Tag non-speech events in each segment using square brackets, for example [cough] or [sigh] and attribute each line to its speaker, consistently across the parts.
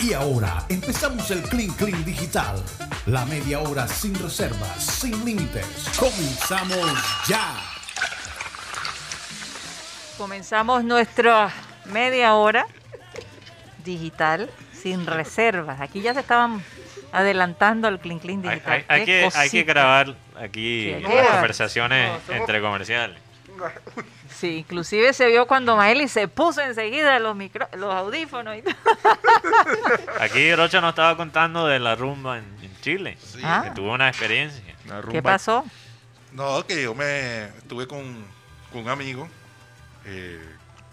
Speaker 1: Y ahora empezamos el Clean Clean Digital. La media hora sin reservas, sin límites. Comenzamos ya.
Speaker 2: Comenzamos nuestra media hora digital sin reservas. Aquí ya se estaban adelantando al Clean Clean
Speaker 3: Hay,
Speaker 2: digital.
Speaker 3: hay- hay
Speaker 2: Qué
Speaker 3: que, hay que
Speaker 2: cosita.
Speaker 3: grabar aquí
Speaker 2: Sí, hay que
Speaker 3: las
Speaker 2: grabar.
Speaker 3: conversaciones
Speaker 4: No, somos-
Speaker 3: entre comerciales.
Speaker 2: Sí, inclusive se vio cuando Maeli se puso enseguida los, micro, los audífonos y todo.
Speaker 3: Aquí Rocha nos estaba contando de la rumba en, en Chile,
Speaker 2: Ah.
Speaker 3: que tuvo una experiencia.
Speaker 5: Una rumba
Speaker 2: ¿Qué pasó?
Speaker 4: No, que yo me estuve con, con un amigo, eh,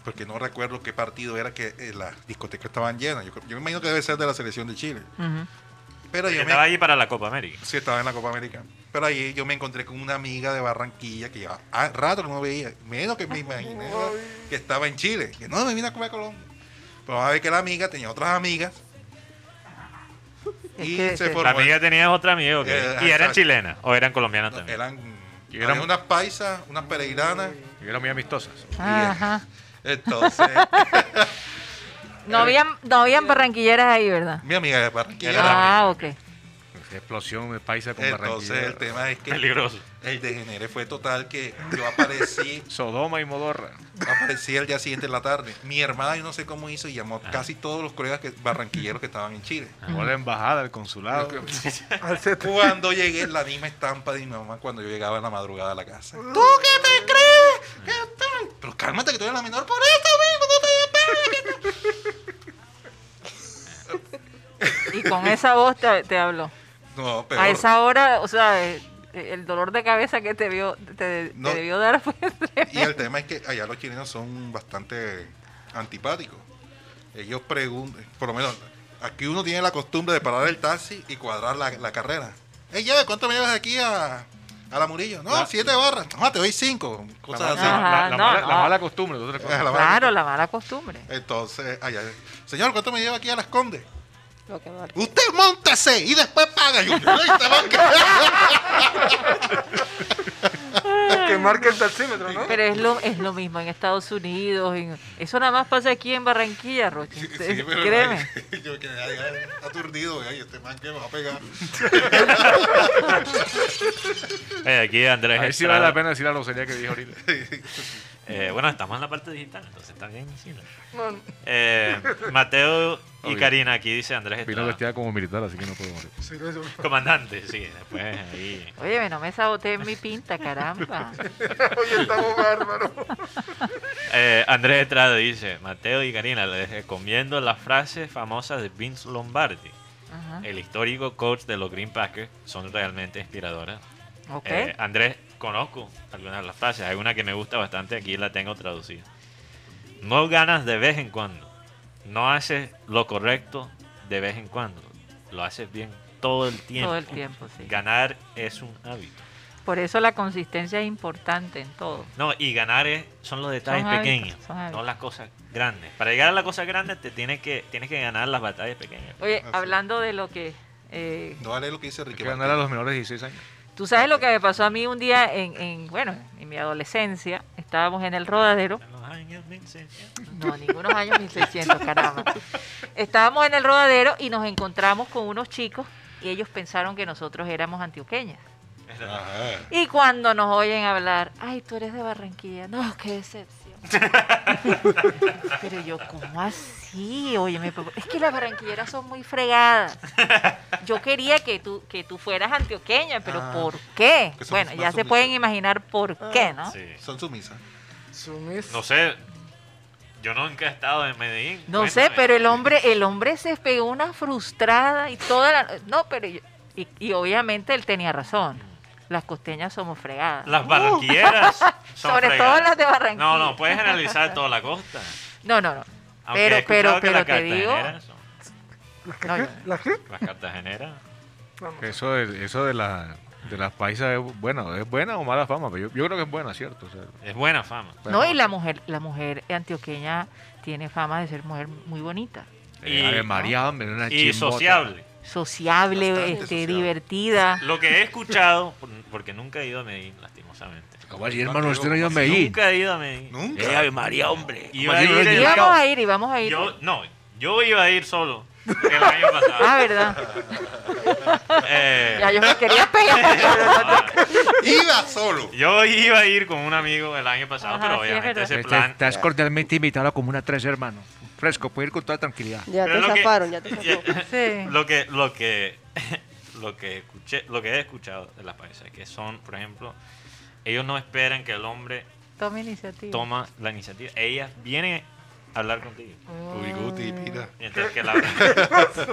Speaker 4: porque no recuerdo qué partido era que eh, las discotecas estaban llenas. Yo, creo- yo me imagino que debe ser de la selección de Chile.
Speaker 2: Ujú.
Speaker 4: Pero
Speaker 3: Que
Speaker 4: yo
Speaker 3: Estaba
Speaker 4: me,
Speaker 3: allí para la Copa América.
Speaker 4: sí, estaba en la Copa América. Pero ahí yo me encontré con una amiga de Barranquilla que ya a- rato que no veía, menos que me imaginé ¿verdad? que estaba en Chile. Que no, me vine a comer a Colombia. Pero vamos a ver que la amiga tenía otras amigas.
Speaker 2: Es
Speaker 4: Y
Speaker 2: que-
Speaker 4: se
Speaker 2: que-
Speaker 4: formó
Speaker 3: La amiga tenía otra amiga, ¿o qué?
Speaker 4: Eh,
Speaker 3: y eran
Speaker 4: exacto.
Speaker 3: chilenas o eran colombianas
Speaker 4: No,
Speaker 3: también.
Speaker 4: eran,
Speaker 5: Y eran-
Speaker 4: había unas paisas, unas pereiranas.
Speaker 5: y eran muy amistosas.
Speaker 3: eh.
Speaker 2: Ajá.
Speaker 4: Entonces, [laughs]
Speaker 2: No habían, no habían barranquilleras ahí, ¿verdad?
Speaker 4: mi amiga de Barranquilla.
Speaker 2: Ah, ok.
Speaker 5: Explosión de paisa con
Speaker 4: Entonces, el
Speaker 5: Barranquilla.
Speaker 4: tema es que
Speaker 3: Peligroso.
Speaker 4: el degenere fue total que yo aparecí,
Speaker 5: Sodoma y Modorra.
Speaker 4: aparecí el día siguiente en la tarde. Mi hermana, yo no sé cómo hizo, y llamó a casi todos los colegas que, barranquilleros que estaban en Chile.
Speaker 5: Llegó la embajada, el consulado.
Speaker 4: Cuando llegué, la misma estampa de mi mamá cuando yo llegaba en la madrugada a la casa. ¿Tú qué te crees? ¿Qué tal? Pero cálmate que tú eres la menor por esto, mismo, no te
Speaker 2: Y con esa voz te, te habló.
Speaker 4: No,
Speaker 2: A
Speaker 4: pero
Speaker 2: esa hora, o sea, eh, el dolor de cabeza que te, vio, te, te
Speaker 4: No.
Speaker 2: debió dar fue
Speaker 4: Y el tema es que allá los chilenos son bastante antipáticos. Ellos preguntan, por lo menos aquí uno tiene la costumbre de parar el taxi y cuadrar la, la carrera. Ey, ya, ¿cuánto me llevas aquí a, a la Murillo? No,
Speaker 5: La-
Speaker 4: siete barras. No, te doy cinco.
Speaker 5: La,
Speaker 4: Cosas
Speaker 5: la-
Speaker 4: así.
Speaker 2: Ajá,
Speaker 5: la- la
Speaker 2: no,
Speaker 5: mala, la
Speaker 2: no.
Speaker 5: mala costumbre. otra cosa.
Speaker 4: Ajá, [laughs] la mala
Speaker 2: Claro, la mala costumbre.
Speaker 4: Entonces, allá, señor, ¿cuánto me lleva aquí a las Condes?
Speaker 2: Lo que va-
Speaker 4: Usted montese y después paga. Yo, "Ay, este te van a-
Speaker 6: Que marca el taxímetro, ¿no?
Speaker 2: Pero es lo, es lo mismo en Estados Unidos. en- eso nada más pasa aquí en Barranquilla, Rocha.
Speaker 4: Sí,
Speaker 2: Ustedes-
Speaker 4: pero-
Speaker 2: créeme.
Speaker 4: [laughs] Yo quedé ahí, aturdido, ay, este man que me va a pegar.
Speaker 3: Eh, aquí Andrés
Speaker 5: Ahí sí vale
Speaker 3: Estrada.
Speaker 5: la pena decir la grosería que dije ahorita.
Speaker 3: Eh, bueno, estamos en la parte digital, entonces está bien. sí.
Speaker 6: No,
Speaker 3: Eh, Mateo y
Speaker 5: Obvio.
Speaker 3: Karina, aquí dice Andrés
Speaker 5: Vino
Speaker 3: Estrada.
Speaker 5: vestida como militar, así que no puedo morir.
Speaker 6: sí, no, eso-
Speaker 3: Comandante, sí. Después ahí.
Speaker 2: Oye, no me saboteé mi pinta,
Speaker 4: [laughs]
Speaker 2: caramba.
Speaker 6: Oye, estamos bárbaros.
Speaker 3: Eh, Andrés Estrada dice, Mateo y Karina, les recomiendo las frases famosas de Vince Lombardi,
Speaker 2: Ajá,
Speaker 3: el histórico coach de los Green Packers, son realmente inspiradoras.
Speaker 2: ok.
Speaker 3: Eh, Andrés, conozco algunas de las frases, hay una que me gusta bastante, aquí la tengo traducida. No ganas de vez en cuando, no haces lo correcto de vez en cuando, lo haces bien todo el tiempo.
Speaker 2: Todo el tiempo, sí.
Speaker 3: Ganar es un hábito.
Speaker 2: Por eso la consistencia es importante en todo.
Speaker 3: No, y ganar es- son los detalles
Speaker 2: hábitos,
Speaker 3: pequeños,
Speaker 2: son hábitos.
Speaker 3: no las cosas grandes. Para llegar a las cosas grandes te tienes que tienes que ganar las batallas pequeñas.
Speaker 2: Oye,
Speaker 4: Así.
Speaker 2: hablando de lo que... eh,
Speaker 4: No vale lo que dice
Speaker 5: Hay
Speaker 4: Ricky.
Speaker 5: que ganar a los menores de 16 años.
Speaker 2: Tú sabes lo que me pasó a mí un día en, en, bueno, en mi adolescencia, estábamos en el rodadero.
Speaker 3: En los años 1600.
Speaker 2: No, ningunos años 1600, caramba. Estábamos en el rodadero y nos encontramos con unos chicos y ellos pensaron que nosotros éramos antioqueñas.
Speaker 4: Ajá.
Speaker 2: Y cuando nos oyen hablar, ay, tú eres de Barranquilla, no, qué
Speaker 3: [laughs]
Speaker 2: decepción. Pero yo, ¿cómo así? Oye, me preocupa. es que las barranquilleras son muy fregadas. Yo quería que tú, que tú fueras antioqueña, pero
Speaker 4: Ah,
Speaker 2: ¿por qué?
Speaker 4: que somos
Speaker 2: Bueno, ya
Speaker 4: más
Speaker 2: se
Speaker 4: humildes.
Speaker 2: pueden imaginar por qué, ¿no?
Speaker 3: Ah, Sí.
Speaker 4: Son sumisas.
Speaker 6: Sumis.
Speaker 3: No sé, yo nunca he estado en Medellín. eh,
Speaker 2: No sé,
Speaker 3: cuéntame.
Speaker 2: pero el hombre, el hombre se pegó una frustrada y toda la... No, pero yo- y, y obviamente él tenía razón. Las costeñas somos fregadas.
Speaker 3: Las barranquilleras
Speaker 2: Uh.
Speaker 3: son
Speaker 2: [laughs] Sobre
Speaker 3: fregadas.
Speaker 2: todo las de Barranquilla.
Speaker 3: No, no, puedes generalizar toda la costa.
Speaker 2: No, no, no.
Speaker 3: Aunque he
Speaker 2: Pero, pero,
Speaker 3: escuchado que
Speaker 2: pero
Speaker 3: las
Speaker 2: te digo...
Speaker 3: cartageneras son-
Speaker 6: ¿Las qué?
Speaker 2: No, yo-
Speaker 6: ¿Las qué?
Speaker 3: Las cartageneras.
Speaker 6: Vamos.
Speaker 5: Eso de, eso de, la, de las paisas es buena, es buena o mala fama, pero yo, yo creo que es buena, ¿cierto? O sea,
Speaker 3: Es buena fama.
Speaker 2: No, y la mujer, la mujer antioqueña tiene fama de ser mujer muy bonita,
Speaker 3: Y-
Speaker 5: eh, Ave María, hombre, una
Speaker 3: Y
Speaker 5: chimbota.
Speaker 3: sociable.
Speaker 2: sociable,
Speaker 4: Bastante
Speaker 2: este,
Speaker 4: sociable.
Speaker 2: divertida.
Speaker 3: Lo que he escuchado, por- porque nunca he ido a Medellín, lastimosamente.
Speaker 5: ¿Cómo así, hermano? Usted no iba a Medellín.
Speaker 3: Nunca he ido a Medellín.
Speaker 4: Nunca.
Speaker 3: Eh, Ave María, hombre.
Speaker 5: Como
Speaker 3: Iba a
Speaker 5: así,
Speaker 3: ir
Speaker 5: no
Speaker 3: en-
Speaker 2: Y
Speaker 5: Pero
Speaker 2: vamos a ir, y vamos a ir.
Speaker 3: Yo, no, yo iba a ir solo.
Speaker 2: [laughs]
Speaker 3: el año
Speaker 2: Ah,
Speaker 3: pasado.
Speaker 2: ¿verdad?
Speaker 3: Eh,
Speaker 2: Ah, Ya yo me
Speaker 3: [laughs]
Speaker 2: quería pegar. pero no te- [laughs]
Speaker 4: Iba solo.
Speaker 3: yo iba a ir con un amigo el año pasado,
Speaker 2: Ajá,
Speaker 3: pero
Speaker 2: sí, es
Speaker 3: obviamente
Speaker 2: verdad.
Speaker 3: ese
Speaker 5: Este,
Speaker 3: plan.
Speaker 5: Estás cordialmente invitado a la Comuna 3, hermano. Fresco, puedes ir con toda tranquilidad.
Speaker 3: Pero
Speaker 7: Ya te
Speaker 3: es lo que-
Speaker 7: zafaron, ya te zafaron.
Speaker 2: Sí.
Speaker 3: Lo que, lo que, [laughs] lo que escuché, lo que he escuchado de las paisas, que son, por ejemplo, ellos no esperan que el hombre
Speaker 2: Toma iniciativa.
Speaker 3: toma la iniciativa. Ellas vienen a hablar contigo.
Speaker 2: Mm.
Speaker 4: Uy, Guti, mira.
Speaker 3: Mientras
Speaker 2: [laughs]
Speaker 3: que la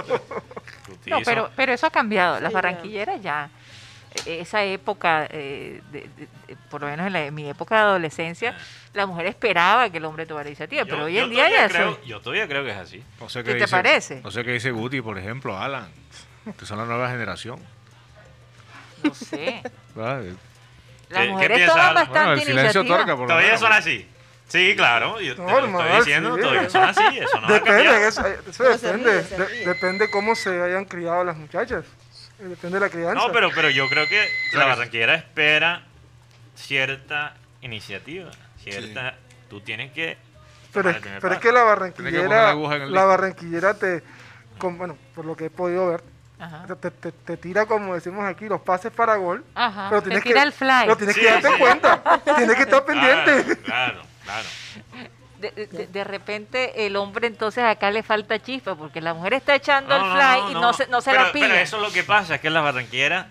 Speaker 3: [laughs]
Speaker 2: No,
Speaker 3: Putizo.
Speaker 2: pero, pero eso ha cambiado. Las
Speaker 7: Sí, ya.
Speaker 2: barranquilleras ya, eh, esa época, eh, de- de- de- por lo menos en, la- en mi época de adolescencia, la mujer esperaba que el hombre tomara iniciativa,
Speaker 3: Yo-
Speaker 2: pero hoy
Speaker 3: yo
Speaker 2: en día ya
Speaker 3: todavía
Speaker 2: eso.
Speaker 3: creo- Yo todavía creo que es así.
Speaker 5: No sé
Speaker 2: ¿Qué te parece?
Speaker 5: No sé qué dice Guti, por ejemplo, Alan, que son la nueva generación.
Speaker 2: No
Speaker 3: [laughs]
Speaker 2: sé.
Speaker 5: ¿verdad?
Speaker 2: Las
Speaker 3: ¿Qué
Speaker 2: mujeres
Speaker 3: piensas,
Speaker 2: toman
Speaker 3: Alan?
Speaker 2: bastante
Speaker 5: Bueno, el silencio
Speaker 2: iniciativa.
Speaker 5: otorga, por lo
Speaker 3: Todavía
Speaker 5: menos.
Speaker 3: son así. Sí, claro. Yo te lo estoy
Speaker 6: Normal,
Speaker 3: diciendo,
Speaker 6: sí.
Speaker 3: todavía son así. Eso no va a cambiar.
Speaker 6: Depende, eso, eso
Speaker 7: Pero se
Speaker 6: depende.
Speaker 7: ríe, se
Speaker 6: de-
Speaker 7: ríe.
Speaker 6: depende cómo se hayan criado las muchachas. Eh, Depende de la crianza.
Speaker 3: No, pero, pero yo creo que la
Speaker 5: Claro.
Speaker 3: barranquera espera cierta iniciativa. Cierta. Tú tienes que.
Speaker 6: Pero,
Speaker 3: tomar
Speaker 6: es,
Speaker 3: el primer
Speaker 6: pero es
Speaker 3: paso.
Speaker 6: que la
Speaker 5: Tiene que poner la
Speaker 6: barranquillera,
Speaker 5: aguja en
Speaker 6: la,
Speaker 5: el disco.
Speaker 6: barranquillera te, con- bueno, por lo que he podido ver,
Speaker 2: Ajá.
Speaker 6: te, te- te tira como decimos aquí los pases para gol,
Speaker 2: Ajá,
Speaker 6: pero
Speaker 2: te
Speaker 6: tienes
Speaker 2: tira
Speaker 6: que,
Speaker 2: el fly.
Speaker 6: pero tienes
Speaker 3: Sí,
Speaker 6: que darte
Speaker 3: sí. Ah.
Speaker 6: cuenta, tienes que estar pendiente.
Speaker 3: Claro, claro. claro.
Speaker 2: De, de- de- de repente el hombre entonces acá le falta chispa porque la mujer está echando el
Speaker 3: No, no,
Speaker 2: fly
Speaker 3: no,
Speaker 2: y
Speaker 3: no.
Speaker 2: no, se, no se
Speaker 3: pero,
Speaker 2: la pilla.
Speaker 3: Pero eso es lo que pasa: es que las barranqueras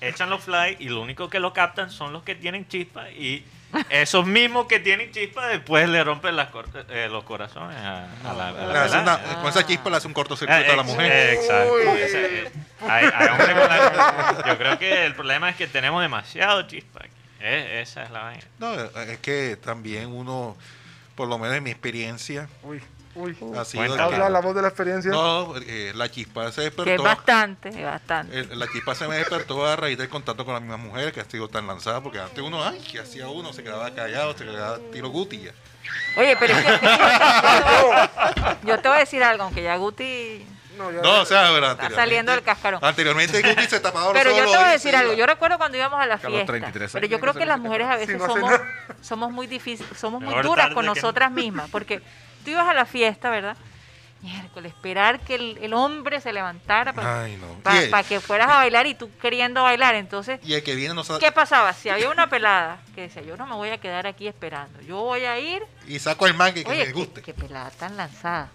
Speaker 3: echan los fly y lo único que lo captan son los que tienen
Speaker 2: [laughs]
Speaker 3: chispa y. Esos mismos que tienen chispa después le rompen las cor- eh, los corazones a, a la, a la
Speaker 4: Le hace
Speaker 3: velada.
Speaker 4: una- con esa chispa le hace un
Speaker 6: eh,
Speaker 4: cortocircuito a la
Speaker 3: Ex-
Speaker 4: mujer.
Speaker 3: Exacto.
Speaker 6: Uy.
Speaker 3: Ese- eh, hay- hay hombres con la- yo creo que el problema es que tenemos demasiado chispa. Eh, esa es la vaina.
Speaker 4: No, es que también uno, por lo menos en mi experiencia,
Speaker 6: Uy, uy.
Speaker 4: ha sido
Speaker 3: Cuenta.
Speaker 4: que-
Speaker 6: Habla la voz de la experiencia.
Speaker 4: no, eh, la chispa se
Speaker 2: que es
Speaker 4: despertó.
Speaker 2: bastante, es
Speaker 3: Eh.
Speaker 2: bastante.
Speaker 4: el- la chispa se me despertó a raíz del contacto con las mismas mujeres que ha sido tan lanzada, porque antes uno, ay, que hacía uno? Se quedaba callado, se quedaba tiro guti ya.
Speaker 2: Oye, pero es
Speaker 3: [laughs]
Speaker 2: que- [laughs] yo te voy a decir algo, aunque ya Guti
Speaker 6: No, ya-
Speaker 4: No, o sea, pero
Speaker 2: Está
Speaker 4: anteriormente-
Speaker 2: saliendo del cascarón.
Speaker 4: Anteriormente Guti se tapaba los
Speaker 2: Pero yo
Speaker 4: ojos
Speaker 2: te voy a
Speaker 4: y
Speaker 2: decir
Speaker 4: se
Speaker 2: algo.
Speaker 4: iba.
Speaker 2: Yo recuerdo cuando íbamos a las
Speaker 5: Que a los
Speaker 2: fiestas.
Speaker 5: 33
Speaker 2: Pero yo
Speaker 5: años
Speaker 2: creo
Speaker 5: que
Speaker 2: que
Speaker 5: se
Speaker 2: las
Speaker 5: le
Speaker 2: mujeres a
Speaker 6: Sí,
Speaker 2: veces
Speaker 6: no hace
Speaker 2: somos,
Speaker 6: nada.
Speaker 2: somos muy difíciles, somos muy
Speaker 3: Mejor
Speaker 2: duras
Speaker 3: tarde
Speaker 2: con
Speaker 3: que nunca.
Speaker 2: nosotras mismas. Porque tú ibas a la fiesta, ¿verdad? Miércoles, esperar que el, el hombre se levantara para
Speaker 4: Ay, no.
Speaker 2: pa-
Speaker 4: Y el-
Speaker 2: pa que fueras a bailar y tú queriendo bailar. Entonces,
Speaker 4: Y el que viene no sabe.
Speaker 2: ¿qué pasaba? Si había una pelada que decía, yo no me voy a quedar aquí esperando, yo voy a ir
Speaker 4: Y saco el mangue que
Speaker 2: Oye,
Speaker 4: me
Speaker 2: qué-
Speaker 4: guste.
Speaker 2: Qué, pelada tan lanzada.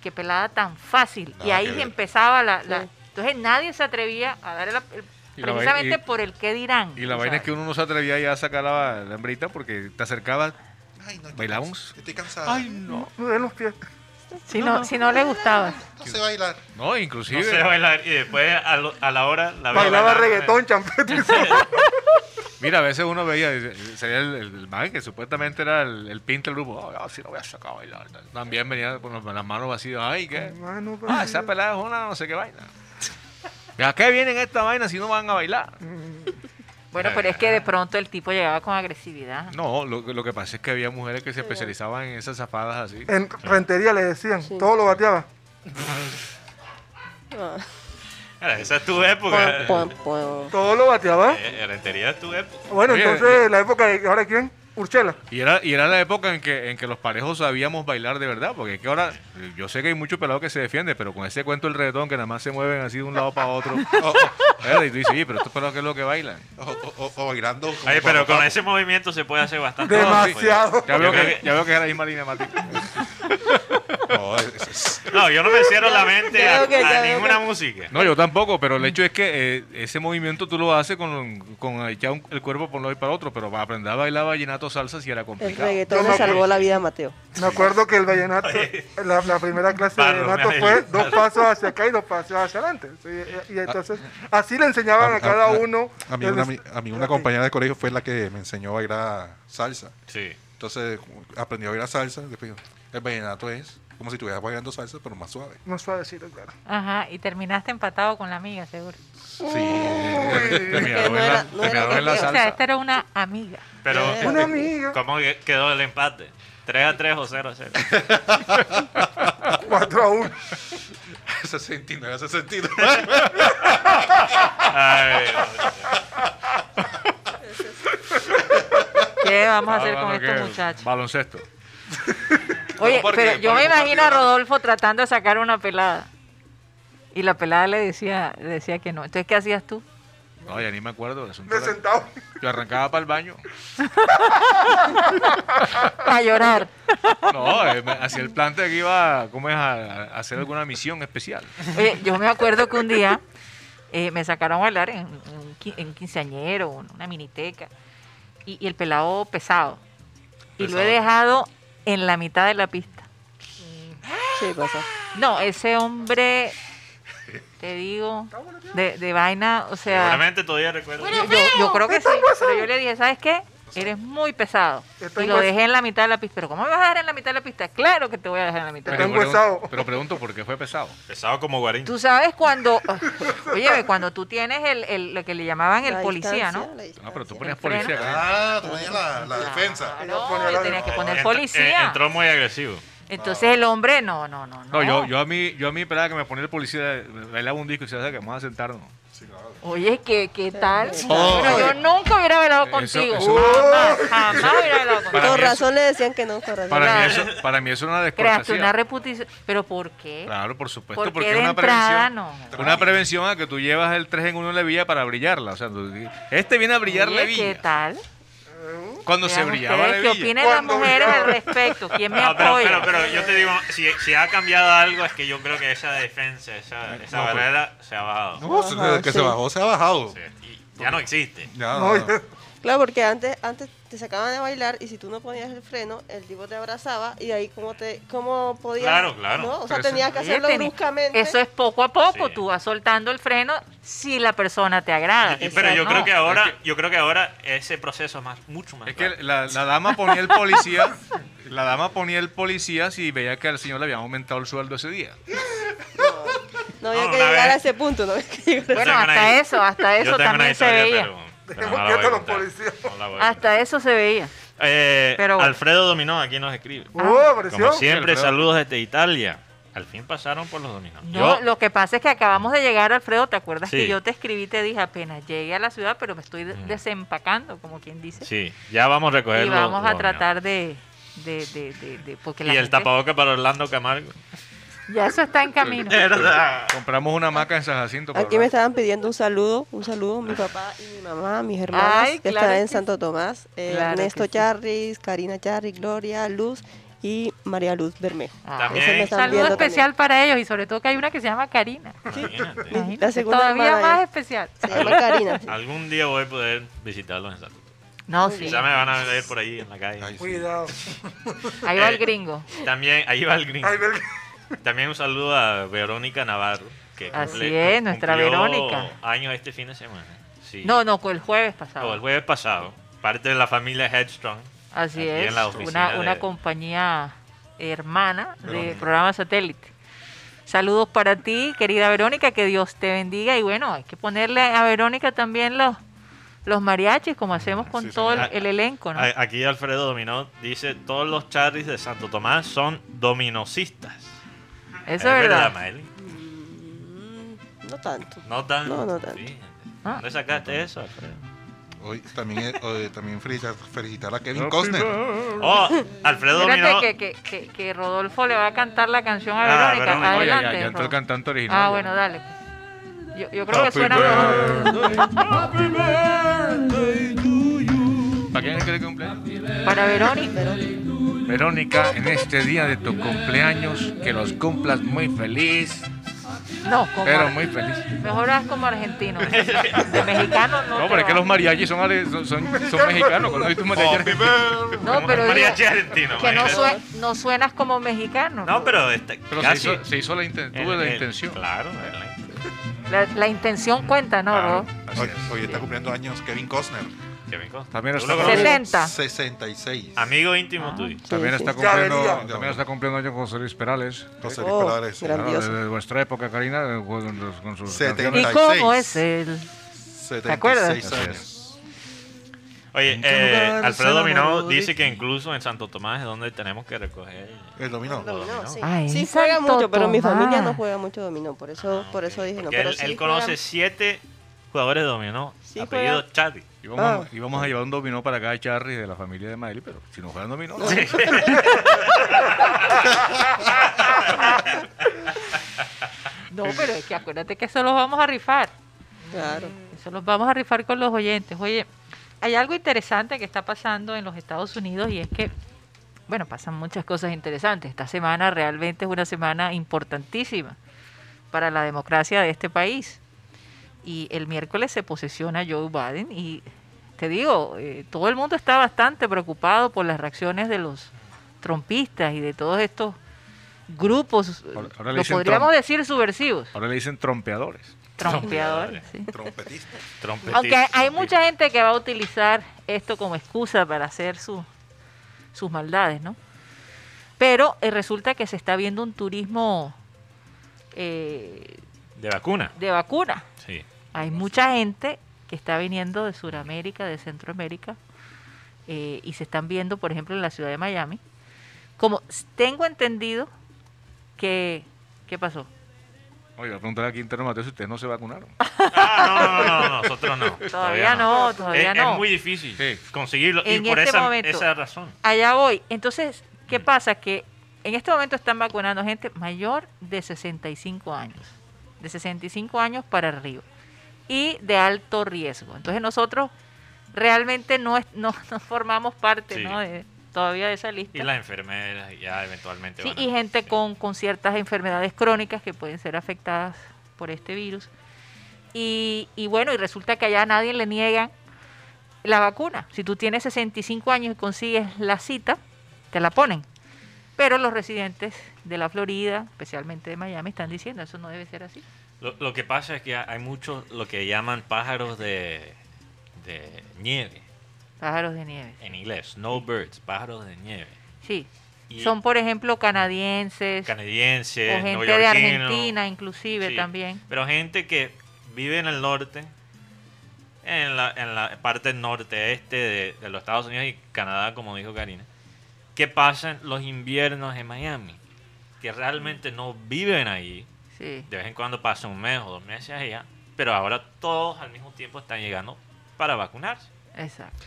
Speaker 2: Qué pelada tan fácil. y
Speaker 4: Nada
Speaker 2: ahí
Speaker 4: que ver.
Speaker 2: empezaba la, la-
Speaker 7: Sí.
Speaker 2: Entonces nadie se atrevía a dar el, el-
Speaker 5: Y la vai-
Speaker 2: precisamente
Speaker 5: y-
Speaker 2: por el qué dirán.
Speaker 5: Y la
Speaker 2: tú
Speaker 5: vaina
Speaker 2: sabes.
Speaker 5: es que uno no se atrevía ya a sacar la, la hembrita porque te acercabas.
Speaker 4: Ay, no, estoy
Speaker 5: ¿Bailamos?
Speaker 4: cans- Estoy cansado. Ay,
Speaker 5: no.
Speaker 6: No den los pies.
Speaker 2: Si no, si no le gustaba.
Speaker 4: no sé bailar.
Speaker 5: No,
Speaker 3: No
Speaker 5: inclusive.
Speaker 3: sé bailar y después a, lo- a la hora la veo
Speaker 6: Bailaba
Speaker 3: bailar.
Speaker 6: reggaetón, champete.
Speaker 3: [laughs]
Speaker 5: Mira, a veces uno veía, eh, sería el, el, el man que supuestamente era el, el pin del grupo. Oh, sí, lo voy a sacar a bailar. tal. También venía con los- las manos vacías. Ay, ¿qué?
Speaker 6: Mano,
Speaker 5: Ah, esa pelada es una no sé
Speaker 2: [laughs]
Speaker 5: qué vaina. ¿A qué vienen esta vaina si no van a bailar?
Speaker 2: Bueno, pero es que
Speaker 4: Ah.
Speaker 2: de pronto el tipo llegaba con agresividad.
Speaker 5: No, lo, lo que pasa es que había mujeres que se especializaban en esas zafadas así.
Speaker 6: En rentería le decían,
Speaker 7: Sí.
Speaker 6: todo lo bateaba.
Speaker 7: Ah,
Speaker 3: Era, eh, esa es tu época.
Speaker 7: pon, pon, pon.
Speaker 6: Todo lo bateaba.
Speaker 3: Eh, la rentería es tu época.
Speaker 6: Bueno,
Speaker 5: Oye,
Speaker 6: entonces la época de ahora quién? Urchela.
Speaker 5: Y era, y era la época en que, en que los parejos sabíamos bailar de verdad, porque es que ahora, eh, yo sé que hay mucho pelado que se defiende, pero con ese cuento del reggaetón que nada más se mueven así de un lado para otro. Era, y tú dices, "Oye, pero estos pelados que es lo que bailan.
Speaker 4: O, o- o- o bailando. como
Speaker 3: Oye, pero
Speaker 4: papá,
Speaker 3: con
Speaker 4: papá.
Speaker 3: ese movimiento se puede hacer bastante.
Speaker 6: Demasiado.
Speaker 5: Ya
Speaker 3: Yo
Speaker 5: veo, que,
Speaker 3: creo que-
Speaker 5: ya veo que era Isma Lina Mati.
Speaker 4: [laughs] No, es- es-
Speaker 3: No, yo no me cierro
Speaker 2: [laughs]
Speaker 3: la mente a,
Speaker 7: ya veo que-
Speaker 3: a
Speaker 7: ya veo
Speaker 3: ninguna
Speaker 7: que-
Speaker 3: música.
Speaker 5: No, yo tampoco, pero el hecho es que eh, ese movimiento tú lo haces con, con echar un- el cuerpo por un lado y para otro, pero para aprender a bailar vallenato salsa sí era
Speaker 7: El
Speaker 5: complicado.
Speaker 7: reggaetón le salvó la vida a Mateo.
Speaker 6: Me acuerdo que el vallenato, la, la primera clase de
Speaker 3: Barro,
Speaker 6: vallenato
Speaker 3: me
Speaker 6: fue
Speaker 3: alegro.
Speaker 6: dos pasos hacia acá y dos pasos hacia adelante. Sí, Y, y
Speaker 4: Ah,
Speaker 6: entonces, así le enseñaban
Speaker 4: A-
Speaker 6: a,
Speaker 4: a-
Speaker 6: Ah, cada
Speaker 4: a-
Speaker 6: uno.
Speaker 4: ah, A mí,
Speaker 6: el-
Speaker 4: una, a mí una compañera de colegio fue la que me enseñó a bailar salsa.
Speaker 3: Sí.
Speaker 4: Entonces aprendí a bailar salsa. Después yo, el vallenato es como si estuvieras bailando salsa, pero más [laughs] suave.
Speaker 6: Más suavecito, claro.
Speaker 2: Ajá, y terminaste empatado con la amiga, seguro.
Speaker 7: Uy.
Speaker 6: Uy,
Speaker 5: Terminaron
Speaker 7: No
Speaker 5: en
Speaker 7: era-
Speaker 5: la-
Speaker 7: no era
Speaker 5: terminaron en la
Speaker 7: reggaetón.
Speaker 2: O sea,
Speaker 5: salsa.
Speaker 2: esta era una
Speaker 5: [laughs]
Speaker 2: amiga.
Speaker 3: Pero,
Speaker 6: una amiga.
Speaker 3: ¿cómo que- quedó el empate? ¿3 a 3 o 0 a 0?
Speaker 6: 4
Speaker 3: [laughs]
Speaker 6: a 1.
Speaker 4: 69, [laughs] 69.
Speaker 3: Ay,
Speaker 2: ¿Qué vamos a
Speaker 5: Ah,
Speaker 2: hacer con
Speaker 5: bueno,
Speaker 2: estos
Speaker 5: ¿qué?
Speaker 2: muchachos?
Speaker 5: Baloncesto.
Speaker 2: Oye,
Speaker 4: porque
Speaker 2: pero yo
Speaker 4: para
Speaker 2: me
Speaker 4: un
Speaker 2: imagino a
Speaker 4: partido-
Speaker 2: Rodolfo tratando de sacar una pelada. Y la pelada le decía, le decía que no. Entonces, ¿qué hacías tú?
Speaker 5: No, ya ni me acuerdo. eso
Speaker 6: Me
Speaker 5: era-
Speaker 6: sentaba.
Speaker 5: Yo arrancaba para el baño.
Speaker 2: A llorar.
Speaker 5: No, eh, me- hacía el plan de que iba ¿cómo es? A, a hacer alguna misión especial.
Speaker 2: Oye, yo me acuerdo que un día eh, me sacaron a bailar en un, qui- en un quinceañero, un- una miniteca, y, y el pelado pesado. Y lo he
Speaker 4: Pesado.
Speaker 2: dejado en la mitad de la pista.
Speaker 7: Sí, pasa.
Speaker 2: No, ese hombre, te digo, de, de vaina, o sea,
Speaker 3: Seguramente todavía recuerdo.
Speaker 2: yo, yo creo que sí, pero yo le dije, ¿sabes qué? Eres muy pesado.
Speaker 6: Está
Speaker 2: Y lo
Speaker 6: hueso.
Speaker 2: dejé en la mitad de la pista. ¿Pero cómo me vas a dejar en la mitad de la pista? Claro que te voy a dejar en la mitad.
Speaker 6: Está
Speaker 5: Pero,
Speaker 6: enguesado.
Speaker 5: pregun- pero pregunto por qué fue pesado.
Speaker 3: Pesado como guarín.
Speaker 2: Tú sabes cuando, [laughs] oye, cuando tú tienes el, el- lo que le llamaban el
Speaker 7: La
Speaker 2: policía,
Speaker 7: distancia,
Speaker 2: ¿no?
Speaker 7: la
Speaker 5: No, pero tú
Speaker 2: El
Speaker 5: ponías
Speaker 7: distancia.
Speaker 2: freno.
Speaker 5: policía. ¿verdad?
Speaker 4: Ah, tú tenías la, la defensa.
Speaker 2: Claro,
Speaker 6: Ponía la-
Speaker 2: yo tenía que poner
Speaker 3: Entra- eh,
Speaker 2: policía.
Speaker 3: entró muy agresivo.
Speaker 2: Entonces el hombre, no, no, no, no.
Speaker 5: No, yo, yo a mí, yo a mí, esperaba que me ponía el policía, me bailaba un disco y se hace que vamos a sentarnos.
Speaker 4: Sí, claro.
Speaker 2: Oye, ¿qué, qué tal?
Speaker 7: Oh.
Speaker 2: Pero yo nunca hubiera velado
Speaker 5: Eso-
Speaker 2: contigo.
Speaker 5: eso-
Speaker 2: Jamás, jamás hubiera velado
Speaker 5: Para
Speaker 2: contigo.
Speaker 7: Con
Speaker 5: mí es-
Speaker 7: razón le decían que no, con razón.
Speaker 5: Para, mí
Speaker 2: Claro.
Speaker 5: eso, para mí eso es una
Speaker 2: Creaste
Speaker 5: descortesía.
Speaker 2: una reputación. ¿Pero por qué?
Speaker 5: Claro, por supuesto,
Speaker 2: ¿Por
Speaker 5: porque
Speaker 2: qué
Speaker 5: es
Speaker 2: de
Speaker 5: una
Speaker 2: entrada
Speaker 5: prevención.
Speaker 2: no?
Speaker 5: Una prevención a que tú llevas el 3 en 1 en la villa para brillarla. O sea, tú- este viene a brillar
Speaker 2: Oye,
Speaker 5: la
Speaker 2: ¿Qué
Speaker 5: villa.
Speaker 2: tal?
Speaker 5: Cuando se
Speaker 2: Vean
Speaker 5: brillaba la
Speaker 2: ustedes ¿Qué
Speaker 5: villa.
Speaker 2: opinan las
Speaker 6: Cuando
Speaker 2: mujeres al
Speaker 6: brillaba.
Speaker 2: respecto? ¿Quién me
Speaker 3: No, pero,
Speaker 2: apoya?
Speaker 3: pero, pero yo te digo, si, si ha cambiado algo, es que yo creo que esa defensa, esa, esa
Speaker 5: no, pues.
Speaker 3: barrera se ha bajado.
Speaker 4: No,
Speaker 7: Ajá,
Speaker 4: desde que se
Speaker 7: sí.
Speaker 4: bajó, se ha bajado.
Speaker 3: Sí, y ya no existe.
Speaker 4: Ya,
Speaker 6: No,
Speaker 4: no,
Speaker 6: ya.
Speaker 4: no.
Speaker 7: Claro, porque antes, antes te sacaban de bailar y si tú no ponías el freno, el tipo te abrazaba y ahí como te, cómo podías.
Speaker 3: Claro, claro.
Speaker 7: ¿no? O sea,
Speaker 5: Pero eso-
Speaker 7: tenías que
Speaker 2: Oye,
Speaker 7: hacerlo
Speaker 2: Teni,
Speaker 7: bruscamente.
Speaker 2: Eso es poco a poco.
Speaker 3: Sí.
Speaker 2: Tú vas soltando el freno si la persona te agrada.
Speaker 3: Y- y- pero yo
Speaker 2: No.
Speaker 3: creo que ahora, yo creo que ahora ese proceso es más, mucho más.
Speaker 5: Es que
Speaker 3: rápido.
Speaker 5: la, la dama ponía el policía. La dama ponía el policía si veía que al señor le habían aumentado el sueldo ese día.
Speaker 7: No había
Speaker 3: No,
Speaker 7: que
Speaker 3: una
Speaker 7: llegar a
Speaker 3: vez-
Speaker 7: ese punto, no había que llegar a
Speaker 2: Bueno,
Speaker 3: tengo una
Speaker 2: hasta
Speaker 3: hi-
Speaker 2: eso, hasta
Speaker 3: Yo
Speaker 2: eso
Speaker 3: tengo una
Speaker 2: también se
Speaker 3: historia,
Speaker 2: veía.
Speaker 3: pero- pero
Speaker 6: Dejemos
Speaker 3: no la
Speaker 6: quietos
Speaker 3: voy a
Speaker 6: los
Speaker 3: contar.
Speaker 6: policías.
Speaker 3: No la voy a contar.
Speaker 2: Hasta eso se veía.
Speaker 3: Eh,
Speaker 2: Pero bueno.
Speaker 3: Alfredo Dominó aquí nos escribe.
Speaker 6: Oh,
Speaker 3: Como
Speaker 6: presión.
Speaker 3: siempre,
Speaker 5: Alfredo.
Speaker 3: saludos desde Italia. Al fin pasaron por los dominos.
Speaker 2: No,
Speaker 3: Yo-
Speaker 2: lo que pasa es que acabamos de llegar, Alfredo, ¿te acuerdas
Speaker 3: Sí.
Speaker 2: que yo te escribí, te dije, apenas llegué a la ciudad, pero me estoy de-
Speaker 3: Mm.
Speaker 2: desempacando, como quien dice.
Speaker 3: sí, ya vamos a recoger
Speaker 2: y
Speaker 3: los-
Speaker 2: vamos a
Speaker 3: los dominos.
Speaker 2: tratar de... de, de, de, de- porque
Speaker 3: Y
Speaker 2: la
Speaker 3: el
Speaker 2: gente-
Speaker 3: tapaboca para Orlando
Speaker 2: [laughs]
Speaker 3: Camargo.
Speaker 2: Ya eso está en
Speaker 3: [laughs]
Speaker 2: camino.
Speaker 3: Verdad.
Speaker 5: Compramos una hamaca en San Jacinto. para
Speaker 7: Aquí me
Speaker 5: hablar.
Speaker 7: estaban pidiendo un saludo, un saludo mi papá y mi mamá, mis hermanas
Speaker 2: Ay,
Speaker 7: que
Speaker 2: claro
Speaker 7: están en
Speaker 2: que
Speaker 7: Santo Tomás, eh,
Speaker 2: Claro que
Speaker 7: Ernesto
Speaker 2: sí.
Speaker 7: Charris, Karina Charris, Gloria, Luz y María Luz Bermejo.
Speaker 2: Ah,
Speaker 3: También.
Speaker 7: Esas me
Speaker 3: Un
Speaker 7: están
Speaker 2: Saludo
Speaker 7: viendo
Speaker 2: especial para ellos y sobre todo que hay una que se llama Karina.
Speaker 3: Imagínate.
Speaker 2: Imagínate,
Speaker 7: La segunda
Speaker 2: Todavía
Speaker 7: hermana
Speaker 2: más
Speaker 7: de- [laughs]
Speaker 2: especial.
Speaker 7: también. Se llama Karina. sí.
Speaker 3: Algún día voy a poder visitarlos en Santo.
Speaker 2: No, sí.
Speaker 3: Quizá me van a ver por ahí en la calle.
Speaker 4: Ay, sí.
Speaker 6: Cuidado.
Speaker 2: Ahí va el
Speaker 3: Eh,
Speaker 2: gringo.
Speaker 3: También, ahí va el gringo.
Speaker 6: Ay, ver-
Speaker 3: También un saludo a Verónica Navarro. Que
Speaker 2: Así
Speaker 3: cumple-
Speaker 2: es, nuestra
Speaker 3: cumplió
Speaker 2: Verónica.
Speaker 3: años este fin de semana. Sí.
Speaker 2: No, no, el jueves
Speaker 3: O Pues el
Speaker 2: pasado.
Speaker 3: jueves pasado. Parte de la familia Headstrong.
Speaker 2: Así
Speaker 3: aquí en
Speaker 2: es.
Speaker 3: la oficina
Speaker 2: Una, una
Speaker 3: de-
Speaker 2: compañía hermana de
Speaker 4: Verónica.
Speaker 2: programa satélite. Saludos para ti, querida Verónica, que Dios te bendiga. Y bueno, hay que ponerle a Verónica también los, los mariachis, como hacemos con
Speaker 4: Sí,
Speaker 2: todo el,
Speaker 3: señor.
Speaker 2: el elenco, ¿no?
Speaker 3: A- Aquí Alfredo Dominó dice: Todos los charris de Santo Tomás son dominocistas.
Speaker 2: Eso es verdad.
Speaker 3: Maeli?
Speaker 7: Mm, No tanto.
Speaker 3: No tan.
Speaker 7: No, no tanto.
Speaker 3: Fíjate.
Speaker 2: Ah.
Speaker 3: ¿Dónde sacaste eso,
Speaker 2: [laughs]
Speaker 3: Alfredo?
Speaker 4: Hoy también, eh, hoy también felicitar, felicitar a Kevin Costner.
Speaker 3: Oh, Alfredo Dominó.
Speaker 2: Espérate que, que, que, que Rodolfo le va a cantar la canción a
Speaker 3: Ah,
Speaker 2: Verónica.
Speaker 3: Verónica.
Speaker 5: Oye, ya,
Speaker 2: Adelante.
Speaker 5: ya, entró el
Speaker 2: Rodolfo.
Speaker 5: cantante original.
Speaker 2: ah,
Speaker 5: ya.
Speaker 2: bueno, dale. pues. Yo, yo creo que
Speaker 4: Happy
Speaker 2: suena Rodolfo.
Speaker 5: ¿Para quién es que le cumpleaños?
Speaker 2: para Verónica.
Speaker 5: Verónica, en este día de tu cumpleaños, que los cumplas muy feliz,
Speaker 2: No, como
Speaker 5: pero
Speaker 2: ar-
Speaker 5: muy feliz.
Speaker 2: mejor haz como argentino. De mexicano no.
Speaker 5: [laughs] No,
Speaker 2: te
Speaker 5: pero es que
Speaker 2: va.
Speaker 5: los mariachis son, ale- son, son, son mexicanos. Cuando hay tu mariachi,
Speaker 2: No, pero digo
Speaker 3: Mariachi argentino.
Speaker 2: que no,
Speaker 3: imagínate.
Speaker 2: sue- no suenas como mexicano.
Speaker 3: No, pero. Este,
Speaker 5: pero se
Speaker 3: casi.
Speaker 5: hizo, se hizo la, inten- tuve
Speaker 3: El-
Speaker 5: la
Speaker 3: el-
Speaker 5: intención.
Speaker 3: Claro, la intención.
Speaker 2: La, la intención cuenta, ¿no?
Speaker 5: Claro.
Speaker 2: Ro?
Speaker 5: Así
Speaker 4: Hoy,
Speaker 5: es.
Speaker 4: hoy está cumpliendo años Kevin Costner.
Speaker 3: me consta.
Speaker 5: También
Speaker 3: Tú
Speaker 5: está
Speaker 3: lo
Speaker 5: con-
Speaker 3: conoces.
Speaker 2: 70.
Speaker 4: 66.
Speaker 3: Amigo íntimo
Speaker 7: Ah.
Speaker 3: tuyo.
Speaker 5: También
Speaker 7: Sí,
Speaker 5: está
Speaker 7: sí.
Speaker 5: cumpliendo,
Speaker 6: Ya
Speaker 4: venía.
Speaker 5: también está cumpliendo año José Luis Perales.
Speaker 4: José Luis
Speaker 7: Oh,
Speaker 4: Perales.
Speaker 7: gran- Grandioso.
Speaker 5: De, de vuestra época, Karina, eh, con, los- con sus
Speaker 4: Setenta.
Speaker 2: ¿Y
Speaker 5: canciones.
Speaker 4: 36.
Speaker 2: cómo es él?
Speaker 4: 76
Speaker 2: acuerdas?
Speaker 4: años.
Speaker 3: Oye,
Speaker 5: qué
Speaker 3: eh,
Speaker 5: lugar
Speaker 3: Alfredo
Speaker 5: se
Speaker 3: Dominó
Speaker 5: enamoró de
Speaker 3: dice que incluso en Santo Tomás es donde tenemos que recoger.
Speaker 4: El dominó.
Speaker 3: Dominó,
Speaker 7: Dominó, sí.
Speaker 2: Ay,
Speaker 7: Sí
Speaker 2: Ah, en
Speaker 7: juega
Speaker 2: Santo
Speaker 7: mucho, pero mi familia no
Speaker 2: Tomás.
Speaker 7: juega mucho dominó, por eso, por eso dije no.
Speaker 3: Ah, Porque
Speaker 7: Pero
Speaker 3: él,
Speaker 7: sí
Speaker 3: él conoce
Speaker 7: juegan-
Speaker 3: siete jugadores de dominó,
Speaker 7: Sí
Speaker 3: apellido
Speaker 7: juegan.
Speaker 3: Charlie.
Speaker 5: Y vamos, a- y vamos a llevar un dominó para acá a Charry de la familia de Madrid, pero si no juegan dominó. no.
Speaker 2: No, pero es que acuérdate que eso los vamos a rifar.
Speaker 7: Claro.
Speaker 2: Eso los vamos a rifar con los oyentes. Oye, hay algo interesante que está pasando en los Estados Unidos y es que, bueno, pasan muchas cosas interesantes. Esta semana realmente es una semana importantísima para la democracia de este país. Y el miércoles se posesiona Joe Biden y te digo, eh, todo el mundo está bastante preocupado por las reacciones de los trompistas y de todos estos grupos, eh,
Speaker 5: Ahora- ahora le
Speaker 2: lo
Speaker 5: dicen
Speaker 2: podríamos
Speaker 5: Trump.
Speaker 2: decir subversivos,
Speaker 5: Ahora le dicen trompeadores.
Speaker 2: trompeadores. sí.
Speaker 4: Trompetista.
Speaker 3: Trompetista.
Speaker 2: Aunque hay, hay mucha gente que va a utilizar esto como excusa para hacer su- sus maldades, ¿no? Pero eh, resulta que se está viendo un turismo eh,
Speaker 3: De vacuna.
Speaker 2: de vacuna.
Speaker 3: Sí.
Speaker 2: Hay mucha gente que está viniendo de Sudamérica, de Centroamérica, eh, y se están viendo, por ejemplo, en la ciudad de Miami. Como s- tengo entendido que... ¿Qué pasó?
Speaker 5: Oye, voy a preguntar aquí interno Mateo si ustedes no se vacunaron.
Speaker 3: Ah, no, no, no, no, nosotros no. Todavía,
Speaker 2: no, todavía
Speaker 3: es,
Speaker 2: no.
Speaker 3: Es muy difícil
Speaker 5: Sí.
Speaker 3: conseguirlo
Speaker 2: En
Speaker 3: y por
Speaker 2: este
Speaker 3: esa,
Speaker 2: momento.
Speaker 3: esa razón.
Speaker 2: Allá voy. Entonces, ¿qué pasa? Que en este momento están vacunando gente mayor de 65 años. De 65 años para arriba. Y de alto riesgo. Entonces nosotros realmente no, es- no, [laughs] no formamos parte
Speaker 3: Sí.
Speaker 2: ¿no? de, todavía de esa lista.
Speaker 3: Y las enfermeras ya eventualmente
Speaker 2: Sí,
Speaker 3: van a-
Speaker 2: y gente
Speaker 3: sí.
Speaker 2: con, con ciertas enfermedades crónicas que pueden ser afectadas por este virus. Y, y bueno, y resulta que allá a nadie le niegan la vacuna. Si tú tienes 65 años y consigues la cita, te la ponen. Pero los residentes de la Florida, especialmente de Miami, están diciendo, eso no debe ser así.
Speaker 3: Lo, lo que pasa es que hay muchos lo que llaman pájaros de, de nieve,
Speaker 2: Pájaros de nieve.
Speaker 3: en inglés, snowbirds, pájaros de nieve.
Speaker 2: Sí.
Speaker 3: Y
Speaker 2: Son, por ejemplo, canadienses
Speaker 3: canadienses,
Speaker 2: o gente de
Speaker 3: neoyorquinos.
Speaker 2: Argentina, inclusive
Speaker 3: Sí,
Speaker 2: también.
Speaker 3: Pero gente que vive en el norte, en la, en la parte norte-este de, de los Estados Unidos y Canadá, como dijo Karina, que pasan los inviernos en Miami, que realmente no viven ahí.
Speaker 2: Sí.
Speaker 3: De vez en cuando pasa un mes o dos meses allá, pero ahora todos al mismo tiempo están llegando para vacunarse.
Speaker 2: Exacto.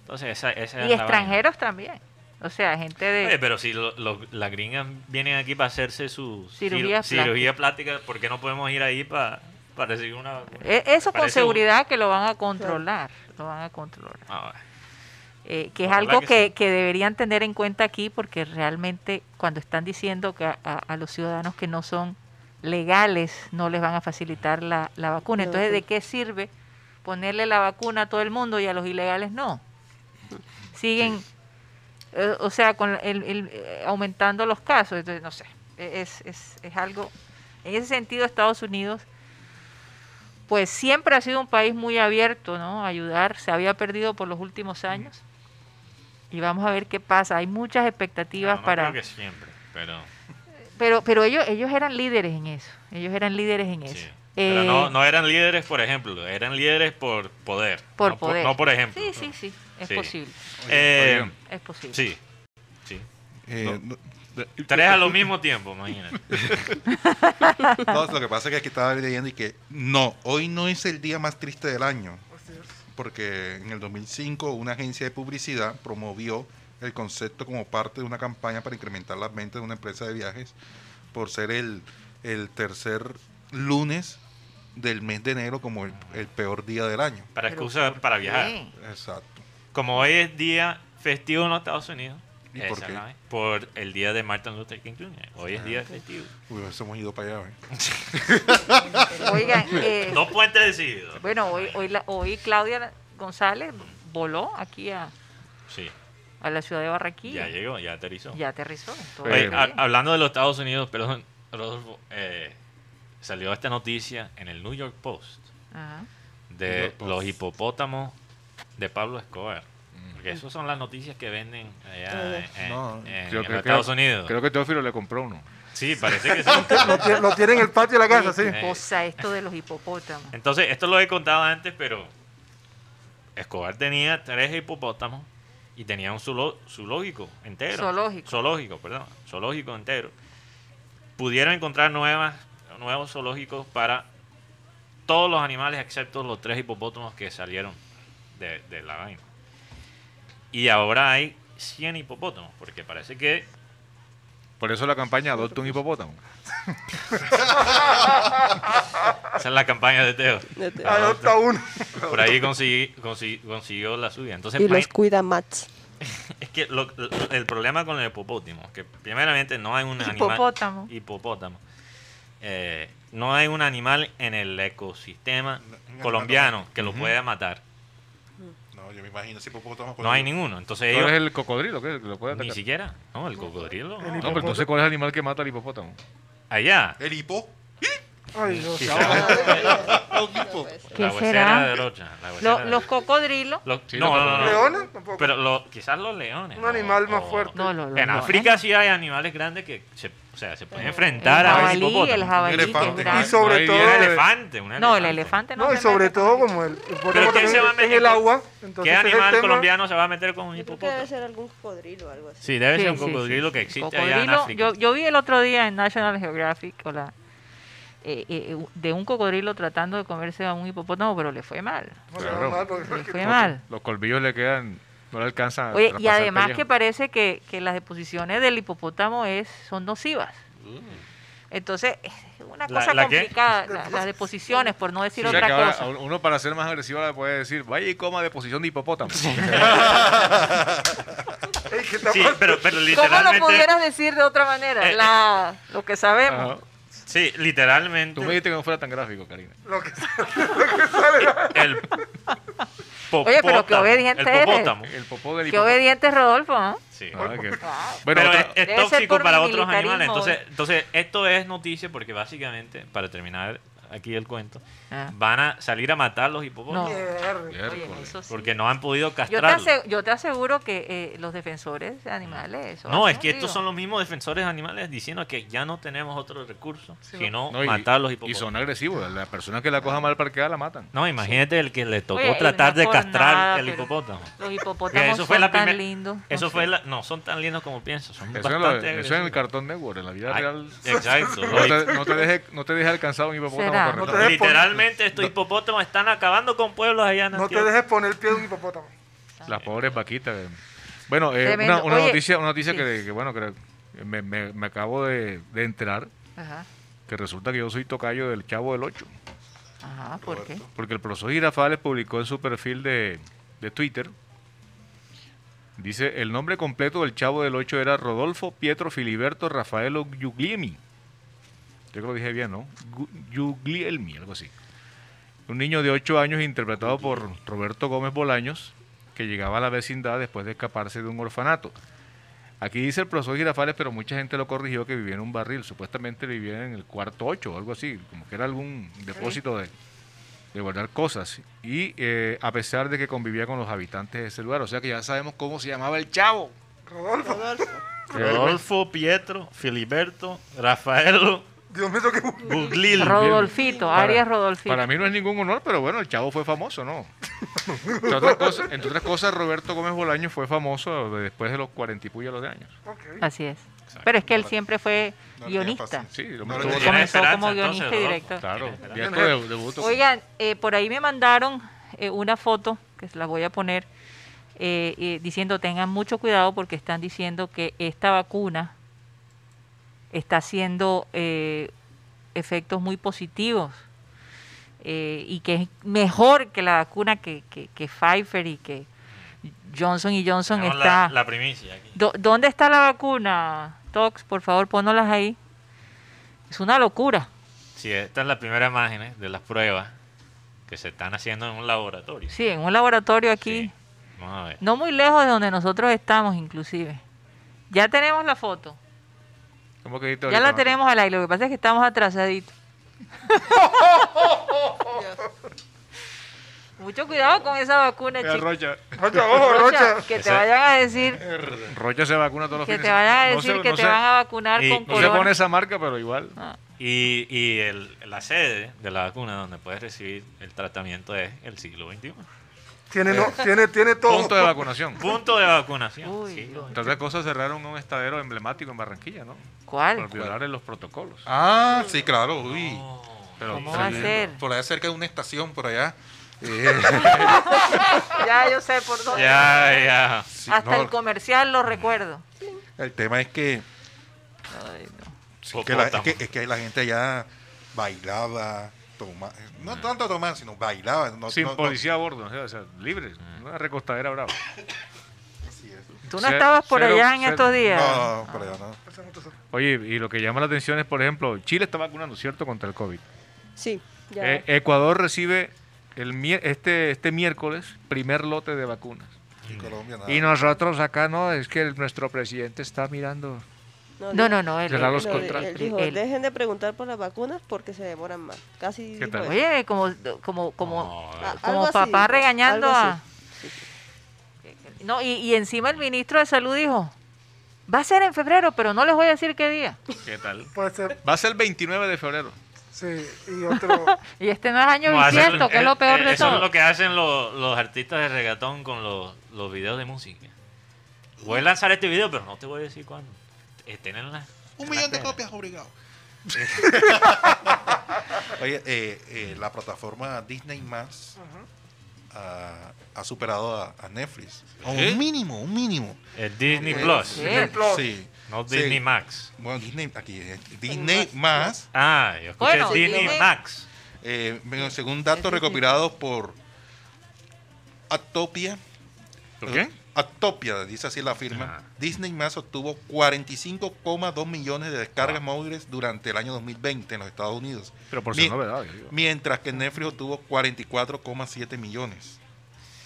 Speaker 3: Entonces, esa, esa es
Speaker 2: Y
Speaker 3: la vaina.
Speaker 2: extranjeros también. O sea, gente de...
Speaker 3: Oye, pero si lo- lo- las gringas vienen aquí para hacerse su
Speaker 2: Cirugía
Speaker 3: ciru- cirugía plástica, ¿por qué no podemos ir ahí para, para recibir una vacuna?
Speaker 2: E- Eso con
Speaker 3: Parece un-
Speaker 2: seguridad que lo van a controlar, lo van a controlar.
Speaker 3: Ah, bueno.
Speaker 2: Eh, que es
Speaker 3: Ojalá
Speaker 2: algo
Speaker 3: que
Speaker 2: que,
Speaker 3: sí.
Speaker 2: que deberían tener en cuenta aquí porque realmente cuando están diciendo que a, a- a los ciudadanos que no son legales no les van a facilitar la, la vacuna.
Speaker 7: La
Speaker 2: Entonces, ¿de
Speaker 7: vacuna.
Speaker 2: qué sirve ponerle la vacuna a todo el mundo y a los ilegales no? Siguen, eh, o sea, con el, el- eh, aumentando los casos. Entonces, no sé, e- es, es, es algo... En ese sentido, Estados Unidos pues siempre ha sido un país muy abierto, ¿no? A Ayudar, se había perdido por los últimos años. Y vamos a ver qué pasa. Hay muchas expectativas
Speaker 3: No, no
Speaker 2: para...
Speaker 3: creo que siempre, pero,
Speaker 2: Pero, pero ellos, ellos eran líderes en eso. Ellos eran líderes en eso.
Speaker 3: sí. Pero
Speaker 2: Eh,
Speaker 3: no, no eran líderes por ejemplo, eran líderes por poder.
Speaker 2: por
Speaker 3: no
Speaker 2: poder.
Speaker 3: no por ejemplo.
Speaker 2: Sí, sí, sí. Es
Speaker 3: Sí.
Speaker 2: posible.
Speaker 3: Eh,
Speaker 5: Oye,
Speaker 2: Es posible.
Speaker 3: sí, sí.
Speaker 4: Eh, no-
Speaker 3: Tres a lo mismo
Speaker 2: [laughs]
Speaker 3: tiempo, imagínate.
Speaker 4: no, lo que pasa es que aquí estaba leyendo y que no, hoy no es el día más triste del año. porque en el 2005 una agencia de publicidad promovió el concepto como parte de una campaña para incrementar las ventas de una empresa de viajes por ser el, el tercer lunes del mes de enero como el, el peor día del año.
Speaker 3: Para
Speaker 2: Pero
Speaker 3: excusa
Speaker 2: ¿por
Speaker 3: para
Speaker 2: qué?
Speaker 3: viajar.
Speaker 4: Exacto.
Speaker 3: Como hoy es día festivo en los Estados Unidos.
Speaker 4: ¿Y
Speaker 3: esa
Speaker 4: por
Speaker 3: es
Speaker 4: qué?
Speaker 3: la vaina, por el día de Martin Luther King Jr. Hoy es día festivo.
Speaker 4: Uy, hemos ido para allá. ¿eh?
Speaker 3: [laughs]
Speaker 2: Oigan, eh,
Speaker 3: No puente decidido.
Speaker 2: bueno, hoy, hoy, la- hoy Claudia González voló aquí a,
Speaker 3: Sí,
Speaker 2: a la ciudad de Barranquilla.
Speaker 3: ya llegó, ya aterrizó.
Speaker 2: Ya aterrizó. todo
Speaker 5: Oye,
Speaker 3: Oye, ah,
Speaker 2: bien.
Speaker 3: ha- hablando de los Estados Unidos, perdón, Rodolfo, eh, salió esta noticia en el New York Post
Speaker 2: Ajá.
Speaker 3: de los hipopótamos de Pablo Escobar.
Speaker 5: Mm.
Speaker 3: Porque esas son las noticias que venden allá en- en,
Speaker 4: No,
Speaker 3: en- Eh, en
Speaker 5: yo
Speaker 3: los
Speaker 5: creo que-
Speaker 3: Estados Unidos.
Speaker 5: Creo que Teófilo le compró uno.
Speaker 3: Sí, parece
Speaker 5: [laughs]
Speaker 3: que sí.
Speaker 6: Lo, tie- lo tiene en el patio de
Speaker 3: [laughs]
Speaker 6: la casa, sí.
Speaker 3: Eh,
Speaker 2: Qué cosa esto de los hipopótamos.
Speaker 3: Entonces, esto lo he contado antes, pero Escobar tenía tres hipopótamos y tenía un zulo- zoológico entero.
Speaker 2: Zoológico.
Speaker 3: Zoológico, perdón. Zoológico entero. Pudieron encontrar nuevas, nuevos zoológicos para todos los animales excepto los tres hipopótamos que salieron de, de la vaina. Y ahora hay 100 hipopótamos, porque parece que
Speaker 5: Por eso la campaña Adopta un hipopótamo.
Speaker 3: Esa es la campaña de Teo.
Speaker 7: De Teo.
Speaker 6: Adopta uno.
Speaker 3: Por ahí conseguí, consi- consiguió la suya. Entonces,
Speaker 7: Y
Speaker 3: pa-
Speaker 7: los cuida Mats.
Speaker 3: es que lo- lo- el problema con el hipopótamo, que primeramente no hay un animal...
Speaker 2: Hipopótamo.
Speaker 3: Hipopótamo. Eh, no hay un animal en el ecosistema
Speaker 4: No, un animal
Speaker 3: colombiano que lo
Speaker 5: Ujú.
Speaker 3: pueda matar.
Speaker 4: No, yo me imagino si puedo tomar
Speaker 3: No hay ninguno. Entonces
Speaker 5: ¿Cuál
Speaker 3: ellos...
Speaker 5: es el cocodrilo? ¿Qué? ¿Que lo puede
Speaker 3: Eh, Ni
Speaker 5: atacar?
Speaker 3: siquiera. No, el cocodrilo. no. pues,
Speaker 5: No, pero entonces, ¿cuál es el animal que mata al hipopótamo?
Speaker 3: Allá.
Speaker 4: El hipo.
Speaker 6: Ay, Dios.
Speaker 3: Sí,
Speaker 6: ahora-
Speaker 4: un hipo.
Speaker 2: ¿Qué
Speaker 3: la
Speaker 2: será?
Speaker 3: huesera de Rocha. la
Speaker 2: Lo-
Speaker 3: huesera de
Speaker 2: los
Speaker 3: Rocha.
Speaker 2: cocodrilos.
Speaker 3: Los-
Speaker 5: Sí,
Speaker 3: no,
Speaker 5: los
Speaker 3: no, no, no.
Speaker 6: ¿Leones? Tampoco.
Speaker 3: Pero lo- quizás los leones.
Speaker 6: Un animal más fuerte.
Speaker 2: No, lo- los
Speaker 3: en
Speaker 2: leones.
Speaker 3: África sí hay animales grandes que se, o sea, se pueden
Speaker 7: El
Speaker 2: El
Speaker 3: enfrentar a un
Speaker 2: jabalí,
Speaker 3: hipopótamo.
Speaker 2: el jabalí. que es
Speaker 4: elefante.
Speaker 2: grande.
Speaker 6: Y sobre
Speaker 5: Ahí
Speaker 6: todo.
Speaker 3: Y un
Speaker 5: viene
Speaker 6: eh,
Speaker 3: elefante. un
Speaker 2: No, el elefante no.
Speaker 6: No, y
Speaker 2: se
Speaker 6: sobre
Speaker 2: mete con
Speaker 6: todo
Speaker 2: eso.
Speaker 6: como el. el
Speaker 3: ¿Pero
Speaker 6: hipopótamo
Speaker 3: quién se va a meter
Speaker 6: también en el
Speaker 3: con-
Speaker 6: agua. Entonces
Speaker 3: ¿Qué
Speaker 6: es el
Speaker 3: animal
Speaker 6: tema.
Speaker 3: colombiano se va a meter con un
Speaker 7: Yo creo que debe
Speaker 3: hipopótamo?
Speaker 7: ser algún cocodrilo o algo así.
Speaker 3: Sí, debe
Speaker 2: Sí,
Speaker 3: ser un
Speaker 2: sí, sí,
Speaker 3: cocodrilo
Speaker 2: sí.
Speaker 3: que existe allá en
Speaker 2: Cocodrilo,
Speaker 3: África.
Speaker 2: yo, yo vi el otro día en National Geographic o la- eh, eh, u- de un cocodrilo tratando de comerse a un hipopótamo, pero le fue mal.
Speaker 6: Bueno,
Speaker 5: Claro.
Speaker 6: mal, porque-
Speaker 2: Le fue mal.
Speaker 5: Los colmillos le quedan, no le
Speaker 3: Ah,
Speaker 5: alcanzan. a
Speaker 2: Oye, y
Speaker 5: traspasar el
Speaker 2: además que
Speaker 5: pellejo.
Speaker 2: parece que, que las deposiciones del hipopótamo es, son nocivas. Entonces, es una
Speaker 3: Mm. ¿La-
Speaker 2: cosa
Speaker 3: la qué?
Speaker 2: complicada, la- las deposiciones, por no decir
Speaker 5: O sea,
Speaker 2: otra
Speaker 5: que ahora
Speaker 2: cosa.
Speaker 5: a un- uno para ser más agresivo le puede decir, vaya y coma de posición de hipopótamo.
Speaker 2: [laughs]
Speaker 6: Ey, ¿qué está
Speaker 3: Sí,
Speaker 6: mal?
Speaker 3: pero, pero
Speaker 2: ¿Cómo lo
Speaker 3: literalmente.
Speaker 2: pudieras decir de otra manera?
Speaker 3: Eh, eh.
Speaker 2: La- lo que sabemos.
Speaker 5: [laughs] Ajá.
Speaker 3: Sí, literalmente.
Speaker 5: Tú me dijiste que no fuera tan gráfico, Karina.
Speaker 6: Lo que sea.
Speaker 5: [laughs]
Speaker 3: El.
Speaker 2: Oye, pero qué
Speaker 3: popótamo,
Speaker 2: obediente
Speaker 3: El
Speaker 2: eres.
Speaker 3: popótamo.
Speaker 5: El popó del
Speaker 2: Qué
Speaker 5: hipopótamo.
Speaker 2: obediente es Rodolfo, ¿eh?
Speaker 3: Sí.
Speaker 5: Ah, que-
Speaker 3: Pero
Speaker 5: Bueno, otra-
Speaker 3: es, es
Speaker 2: Debe ser
Speaker 3: tóxico
Speaker 2: por
Speaker 3: para
Speaker 2: mi
Speaker 3: otros
Speaker 2: militarismo,
Speaker 3: animales. Entonces,
Speaker 2: ¿eh?
Speaker 3: entonces, esto es noticia porque básicamente, para terminar aquí el cuento,
Speaker 2: Ah.
Speaker 3: van a salir a matar los hipopótamos.
Speaker 2: No.
Speaker 6: Mierda.
Speaker 2: Oye,
Speaker 5: Miércoles.
Speaker 2: eso sí.
Speaker 3: Porque no han podido
Speaker 2: Yo te, ase-
Speaker 3: castrarlos.
Speaker 2: yo te aseguro que eh, los defensores de animales. son
Speaker 3: No, es
Speaker 2: así,
Speaker 3: que estos
Speaker 2: digo.
Speaker 3: son los mismos defensores de animales diciendo que ya no tenemos otro recurso sino
Speaker 5: No, y-
Speaker 3: matar a los
Speaker 5: Y
Speaker 3: hipopótamos.
Speaker 5: son agresivos. La persona que la coja mal parqueada la matan.
Speaker 3: No, imagínate el que le tocó
Speaker 2: Oye, y no
Speaker 3: tratar de
Speaker 2: por
Speaker 3: castrar
Speaker 2: nada,
Speaker 3: el
Speaker 2: pero
Speaker 3: hipopótamo.
Speaker 2: Los
Speaker 3: Porque
Speaker 2: hipopótamos
Speaker 3: eso fue
Speaker 2: son
Speaker 3: la
Speaker 2: tan
Speaker 3: primera-
Speaker 2: lindos. no
Speaker 3: Eso
Speaker 2: sé.
Speaker 3: fue la- no son tan lindos como pienso, son
Speaker 5: Eso, en, lo-
Speaker 3: bastante
Speaker 5: eso en el
Speaker 3: agresivos.
Speaker 5: cartón network, en la vida
Speaker 3: Ay,
Speaker 5: real.
Speaker 3: Exacto.
Speaker 5: No
Speaker 3: Roy.
Speaker 5: te, no te deje, no te deje alcanzado un hipopótamo
Speaker 2: Será.
Speaker 5: corriendo.
Speaker 6: No te dejes
Speaker 3: Literalmente estos hipopótamos están acabando con pueblos allá en
Speaker 6: No te
Speaker 3: Antioquia.
Speaker 6: dejes poner el pie de un hipopótamo.
Speaker 5: Las pobres vaquitas. eh. Bueno, eh,
Speaker 2: Tremendo.
Speaker 5: una, una
Speaker 2: Oye,
Speaker 5: noticia, una noticia
Speaker 2: sí.
Speaker 5: que, que, bueno, que me, me- me acabo de, de enterar,
Speaker 2: Ajá,
Speaker 5: que resulta que yo soy tocayo del Chavo del Ocho.
Speaker 2: ajá, ¿por qué?
Speaker 5: Porque el profesor Girafales publicó en su perfil de, de Twitter, dice, el nombre completo del Chavo del Ocho era Rodolfo Pietro Filiberto Rafaelo Guglielmi. Yo creo que lo dije bien, ¿no? Gu- Guglielmi, algo así. Un niño de 8 años interpretado por Roberto Gómez Bolaños, que llegaba a la vecindad después de escaparse de un orfanato. Aquí dice el profesor Girafales, pero mucha gente lo corrigió que vivía en un barril. Supuestamente vivía en el cuarto 8 o algo así, como que era algún depósito de, de guardar cosas. Y eh, a pesar de que convivía con los habitantes de ese lugar, o sea que ya sabemos cómo se llamaba el chavo.
Speaker 6: Rodolfo.
Speaker 7: Rodolfo.
Speaker 3: Rodolfo, Pietro, Filiberto, Rafael,
Speaker 6: Dios mío, que
Speaker 3: Buglil.
Speaker 2: Rodolfito,
Speaker 5: Para-
Speaker 2: Arias Rodolfito.
Speaker 5: Para mí no es ningún honor, pero bueno, el chavo fue famoso, ¿no? entre, otras cosas, entre otras cosas, Roberto Gómez Bolaño fue famoso de- después de los cuarenta y puya los de años.
Speaker 6: Ok.
Speaker 2: Así es. Pero es que él siempre fue
Speaker 4: No le tenía
Speaker 2: guionista.
Speaker 4: paciencia.
Speaker 5: Sí, lo
Speaker 4: No,
Speaker 5: mantuvo-
Speaker 4: no,
Speaker 2: Comenzó
Speaker 3: Tiene esperanza,
Speaker 2: como guionista
Speaker 3: entonces,
Speaker 2: y
Speaker 3: Rodolfo.
Speaker 2: director.
Speaker 5: Claro,
Speaker 3: Tiene
Speaker 5: ya
Speaker 3: esperanza.
Speaker 5: esto de, debuto.
Speaker 2: Oigan, eh, por ahí me mandaron eh, una foto, que se la voy a poner, eh, eh, diciendo tengan mucho cuidado porque están diciendo que esta vacuna está haciendo eh, efectos muy positivos eh, y que es mejor que la vacuna que, que, que Pfizer y que Johnson y Johnson
Speaker 3: Tenemos
Speaker 2: está...
Speaker 3: la, la primicia aquí.
Speaker 2: Do- ¿Dónde está la vacuna, Tox? Por favor, pónnoslas ahí. Es una locura.
Speaker 3: Sí, esta es la primera imagen ¿eh? de las pruebas que se están haciendo en un laboratorio.
Speaker 2: Sí, en un laboratorio aquí.
Speaker 3: Sí. Vamos a ver.
Speaker 2: No muy lejos de donde nosotros estamos, inclusive. Ya tenemos la foto.
Speaker 5: ¿Cómo que dijiste
Speaker 2: Ya la
Speaker 5: ahorita?
Speaker 2: tenemos al aire. Lo que pasa es que estamos
Speaker 5: [laughs]
Speaker 2: atrasaditos. Mucho cuidado con esa vacuna,
Speaker 5: Eh,
Speaker 2: chicos.
Speaker 5: Rocha.
Speaker 6: Rocha, ojo, Rocha.
Speaker 2: que te
Speaker 3: Ese-
Speaker 2: vayan a decir,
Speaker 5: Rocha se vacuna todos los
Speaker 2: que
Speaker 5: fines.
Speaker 2: te vayan a
Speaker 5: No se-
Speaker 2: decir que
Speaker 5: no
Speaker 2: te
Speaker 5: se-
Speaker 2: van a vacunar
Speaker 3: Y-
Speaker 2: con
Speaker 5: No se
Speaker 2: corona.
Speaker 5: pone esa marca, pero igual.
Speaker 2: Ah,
Speaker 3: Y, y el- la sede de la vacuna donde puedes recibir el tratamiento es el siglo XXI.
Speaker 6: Tiene, no, tiene, tiene todo.
Speaker 5: Eh. Punto de vacunación.
Speaker 3: Punto de vacunación.
Speaker 2: Uy,
Speaker 3: siglo
Speaker 5: Entre otras cosas, cerraron un estadero emblemático en Barranquilla, ¿no? Por
Speaker 2: ¿Cuál?
Speaker 5: violar los protocolos.
Speaker 4: Ah, sí, claro. Uy.
Speaker 5: Pero-
Speaker 2: ¿Cómo va a ser?
Speaker 4: Por allá cerca de una estación, por allá. Eh,
Speaker 2: Ya yo sé por dónde.
Speaker 3: Ya, ya.
Speaker 4: Sí,
Speaker 2: Hasta
Speaker 4: no,
Speaker 2: el comercial lo recuerdo.
Speaker 4: el tema es que,
Speaker 2: Ay, no.
Speaker 4: sí, que la, es,
Speaker 3: Pues Hipopótamo.
Speaker 4: que, es que la gente allá bailaba, tomar, no tanto tomar, sino bailaba. No,
Speaker 5: Mm. Sin
Speaker 4: no- no-
Speaker 5: policía a bordo, o sea, o sea, libre. Una recostadera brava.
Speaker 4: sí, eso.
Speaker 2: Tú no
Speaker 5: Cero-
Speaker 2: estabas por
Speaker 5: cero-
Speaker 2: allá en
Speaker 5: cero.
Speaker 2: estos días.
Speaker 4: No, no, por allá no.
Speaker 5: Oye, y lo que llama la atención es, por ejemplo, Chile está vacunando, ¿cierto?, contra el COVID.
Speaker 7: Sí, ya.
Speaker 5: Eh, Ecuador recibe el mier- este, este miércoles primer lote de vacunas.
Speaker 4: Y Colombia nada.
Speaker 5: Mm. Y nosotros acá no, es que el- nuestro presidente está mirando.
Speaker 2: No,
Speaker 7: dijo-
Speaker 2: no, no. él-
Speaker 5: Cerrar
Speaker 2: él-
Speaker 5: los
Speaker 7: no,
Speaker 2: él-
Speaker 7: di-
Speaker 5: contratos.
Speaker 7: él
Speaker 2: él-
Speaker 7: dijo,
Speaker 2: él-
Speaker 7: dejen de preguntar por las vacunas porque se demoran más. Casi
Speaker 5: ¿Qué
Speaker 7: dijo
Speaker 5: tal?
Speaker 7: eso.
Speaker 2: Oye, como, como, como,
Speaker 7: A-
Speaker 3: No,
Speaker 7: Ah, algo
Speaker 2: como
Speaker 7: así,
Speaker 2: papá
Speaker 7: algo
Speaker 2: regañando a...
Speaker 7: así.
Speaker 2: No, y, y encima el ministro de Salud dijo, va a ser en febrero, pero no les voy a decir qué día.
Speaker 5: ¿Qué tal?
Speaker 6: Puede ser,
Speaker 5: Va a ser el 29 de febrero.
Speaker 6: sí. Y
Speaker 2: [laughs]
Speaker 6: otro.
Speaker 2: Y este no es año
Speaker 3: no, hacen-
Speaker 2: bisiesto, que es lo
Speaker 3: eh,
Speaker 2: peor de
Speaker 3: eso es
Speaker 2: todo.
Speaker 3: lo que hacen los, los artistas de reggaetón con los, los videos de música. Voy a lanzar este video, pero no te voy a decir cuándo. Estén en la- en
Speaker 4: Un
Speaker 3: la
Speaker 4: millón de
Speaker 3: pena.
Speaker 4: copias obligado. Oye, eh, eh, la plataforma Disney Más ha, ha superado a, a Netflix. A
Speaker 3: ¿Sí?
Speaker 4: Un mínimo, un mínimo.
Speaker 3: El Disney Plus,
Speaker 2: Sí.
Speaker 4: Disney Plus. Sí.
Speaker 3: no
Speaker 4: Sí.
Speaker 3: Disney Max.
Speaker 4: Bueno, Disney, aquí, eh, Disney Más,
Speaker 3: Ah, yo escuché
Speaker 2: Bueno,
Speaker 3: Disney
Speaker 2: Disney-
Speaker 3: Max.
Speaker 4: eh, bueno, según datos recopilados por Atopia,
Speaker 5: ¿Por qué?
Speaker 4: Actopia, dice así la firma.
Speaker 3: Ah.
Speaker 4: Disney más obtuvo 45,2 millones de descargas móviles durante el año 2020 en los Estados Unidos.
Speaker 5: Pero por ser
Speaker 4: Mi-
Speaker 5: novedad. yo digo.
Speaker 4: Mientras que Netflix obtuvo 44,7 millones.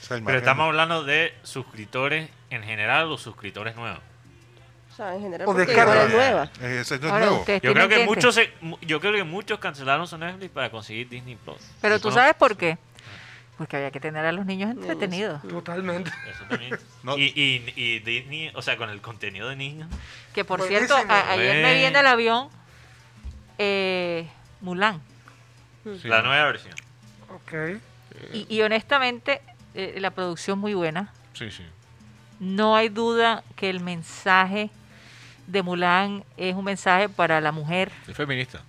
Speaker 4: O sea, el
Speaker 3: Pero
Speaker 4: más
Speaker 3: estamos
Speaker 4: grande.
Speaker 3: hablando de suscriptores en general o suscriptores nuevos.
Speaker 7: O sea, en general,
Speaker 6: O
Speaker 7: porque
Speaker 6: descarga.
Speaker 7: igual es nueva.
Speaker 4: [laughs] Eh, Eso no es
Speaker 2: Ahora,
Speaker 4: nuevo.
Speaker 2: ustedes
Speaker 3: Yo
Speaker 2: tienen
Speaker 3: creo que
Speaker 2: ente-
Speaker 3: muchos se- mu- yo creo que muchos cancelaron su Netflix para conseguir Disney Plus.
Speaker 2: Pero
Speaker 3: Yo
Speaker 2: tú
Speaker 3: conozco-
Speaker 2: sabes por qué. Porque había que tener a los niños
Speaker 7: Niños.
Speaker 2: entretenidos.
Speaker 6: Totalmente.
Speaker 3: Eso también.
Speaker 4: No.
Speaker 3: y, y- y Disney, o sea, con el contenido de niños.
Speaker 2: Que por
Speaker 6: Buenísimo.
Speaker 2: cierto, a- ayer me vi en
Speaker 3: Ven.
Speaker 2: el avión eh, Mulan.
Speaker 5: Sí.
Speaker 3: La nueva versión.
Speaker 6: Ok.
Speaker 2: Y, y honestamente, eh, la producción muy buena.
Speaker 5: Sí, sí.
Speaker 2: No hay duda que el mensaje de Mulan es un mensaje para la mujer.
Speaker 5: Es feminista.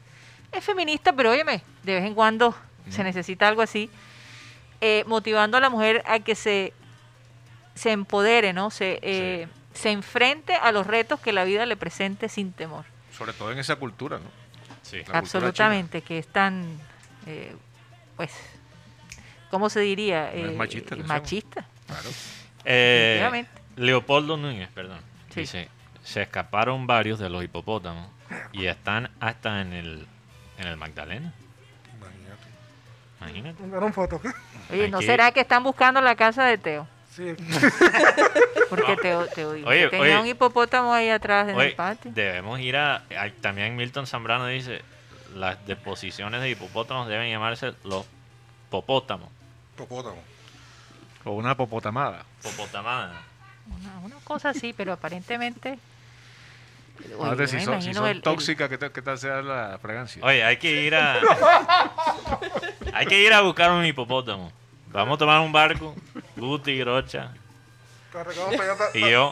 Speaker 2: Es feminista, pero óyeme, de vez en cuando se necesita algo así, eh, motivando a la mujer a que se, se empodere, ¿no? Se, eh, se enfrente a los retos que la vida le presente sin temor.
Speaker 5: Sobre todo en esa cultura, ¿no?
Speaker 3: Sí.
Speaker 5: La cultura
Speaker 2: Absolutamente, que es tan, eh, pues, ¿cómo se diría? Eh,
Speaker 5: No es machista, no es
Speaker 2: machista.
Speaker 5: Claro.
Speaker 3: Eh,
Speaker 2: Definitivamente.
Speaker 3: Leopoldo Núñez, perdón.
Speaker 2: Sí.
Speaker 3: Dice, se escaparon varios de los hipopótamos y están hasta en el, en el Magdalena.
Speaker 4: Imagínate.
Speaker 3: Imagínate.
Speaker 6: Mandaron fotos. ¿qué?
Speaker 2: Oye, ¿no
Speaker 3: Aquí-
Speaker 2: será que están buscando la casa de Teo?
Speaker 6: Sí.
Speaker 2: Porque Teo, Teo dijo
Speaker 3: Oye,
Speaker 2: que tenía
Speaker 3: oye.
Speaker 2: un hipopótamo ahí atrás en el
Speaker 3: Oye,
Speaker 2: patio.
Speaker 3: debemos ir a, a- También Milton Zambrano dice, las deposiciones de hipopótamos deben llamarse los popótamos.
Speaker 4: Popótamo.
Speaker 5: O una popotamada.
Speaker 3: Popotamada.
Speaker 2: Una, una cosa así, pero aparentemente... Oye,
Speaker 5: Ahora,
Speaker 2: yo
Speaker 5: si
Speaker 2: me
Speaker 5: son, si
Speaker 2: imagino
Speaker 5: son
Speaker 2: el- el-
Speaker 5: tóxicas, ¿qué, tal, qué tal sea la fragancia?
Speaker 3: Oye, hay que ir a. hay que ir a buscar un hipopótamo. Vamos a tomar un barco, Guti, Rocha
Speaker 6: Arrancamos para allá, para-
Speaker 3: y yo.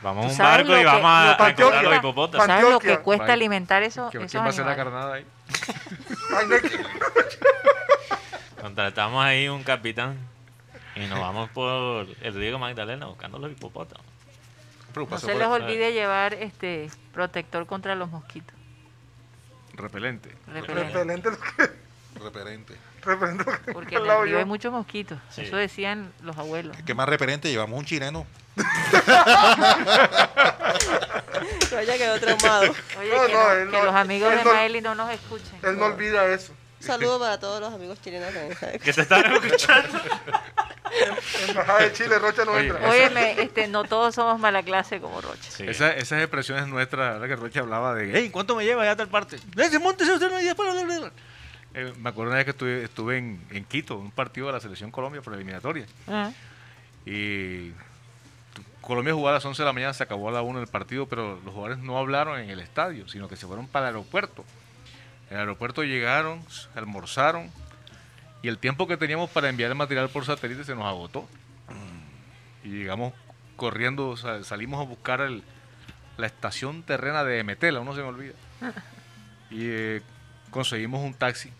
Speaker 3: Vamos a un barco
Speaker 2: lo
Speaker 3: y
Speaker 2: que-
Speaker 3: vamos a,
Speaker 2: lo que
Speaker 3: a encontrar
Speaker 2: cuesta-
Speaker 3: los hipopótamos.
Speaker 2: ¿Sabes lo que
Speaker 6: Antioquia.
Speaker 2: cuesta
Speaker 5: Vaya.
Speaker 2: alimentar eso,
Speaker 5: ¿Quién
Speaker 2: esos
Speaker 5: va a hacer la
Speaker 2: animales?
Speaker 5: carnada ahí?
Speaker 6: Ay, Neki.
Speaker 3: Contratamos ahí un capitán y nos vamos por el río Magdalena buscando los hipopótamos.
Speaker 4: Pero
Speaker 2: No
Speaker 4: pasó
Speaker 2: se
Speaker 4: por-
Speaker 2: les olvide llevar este protector contra los mosquitos.
Speaker 5: Repelente.
Speaker 2: repelente,
Speaker 6: Repelente. lo que-
Speaker 4: Referente.
Speaker 6: Repelente. lo que- [laughs]
Speaker 2: Porque en
Speaker 6: al lado
Speaker 2: el río
Speaker 6: yo.
Speaker 2: hay muchos mosquitos.
Speaker 3: Sí.
Speaker 2: Eso decían los abuelos.
Speaker 4: ¿Qué más referente? Llevamos un chileno.
Speaker 7: Que haya quedado traumado.
Speaker 2: Oye,
Speaker 6: No,
Speaker 2: que,
Speaker 6: no,
Speaker 2: no-
Speaker 6: él
Speaker 2: que
Speaker 6: no-
Speaker 2: los amigos
Speaker 6: él
Speaker 2: de
Speaker 6: no-
Speaker 2: Maeli no nos escuchen.
Speaker 6: Él no olvida eso.
Speaker 7: Un saludo para todos los amigos chilenos también. ¿sabes?
Speaker 3: Que te están escuchando.
Speaker 6: Embajada de Chile, Rocha no
Speaker 5: Oye,
Speaker 6: entra.
Speaker 2: Óyeme, este, no todos somos mala clase como Rocha.
Speaker 3: Sí.
Speaker 5: Esa- esas expresiones nuestras, ahora que Rocha hablaba de, hey, ¿cuánto me lleva ya a tal parte? Eh, me acuerdo una vez que estuve, estuve en, en Quito, un partido de la Selección Colombia por eliminatoria.
Speaker 2: Ah,
Speaker 5: Y tu- Colombia jugó a las 11 de la mañana, se acabó a la 1 el partido, pero los jugadores no hablaron en el estadio, sino que se fueron para el aeropuerto. En el aeropuerto llegaron, s- almorzaron, y el tiempo que teníamos para enviar el material por satélite se nos agotó. Y llegamos corriendo, sa- salimos a buscar el- la estación terrena de Metela, uno se me olvida. Y eh, conseguimos un taxi.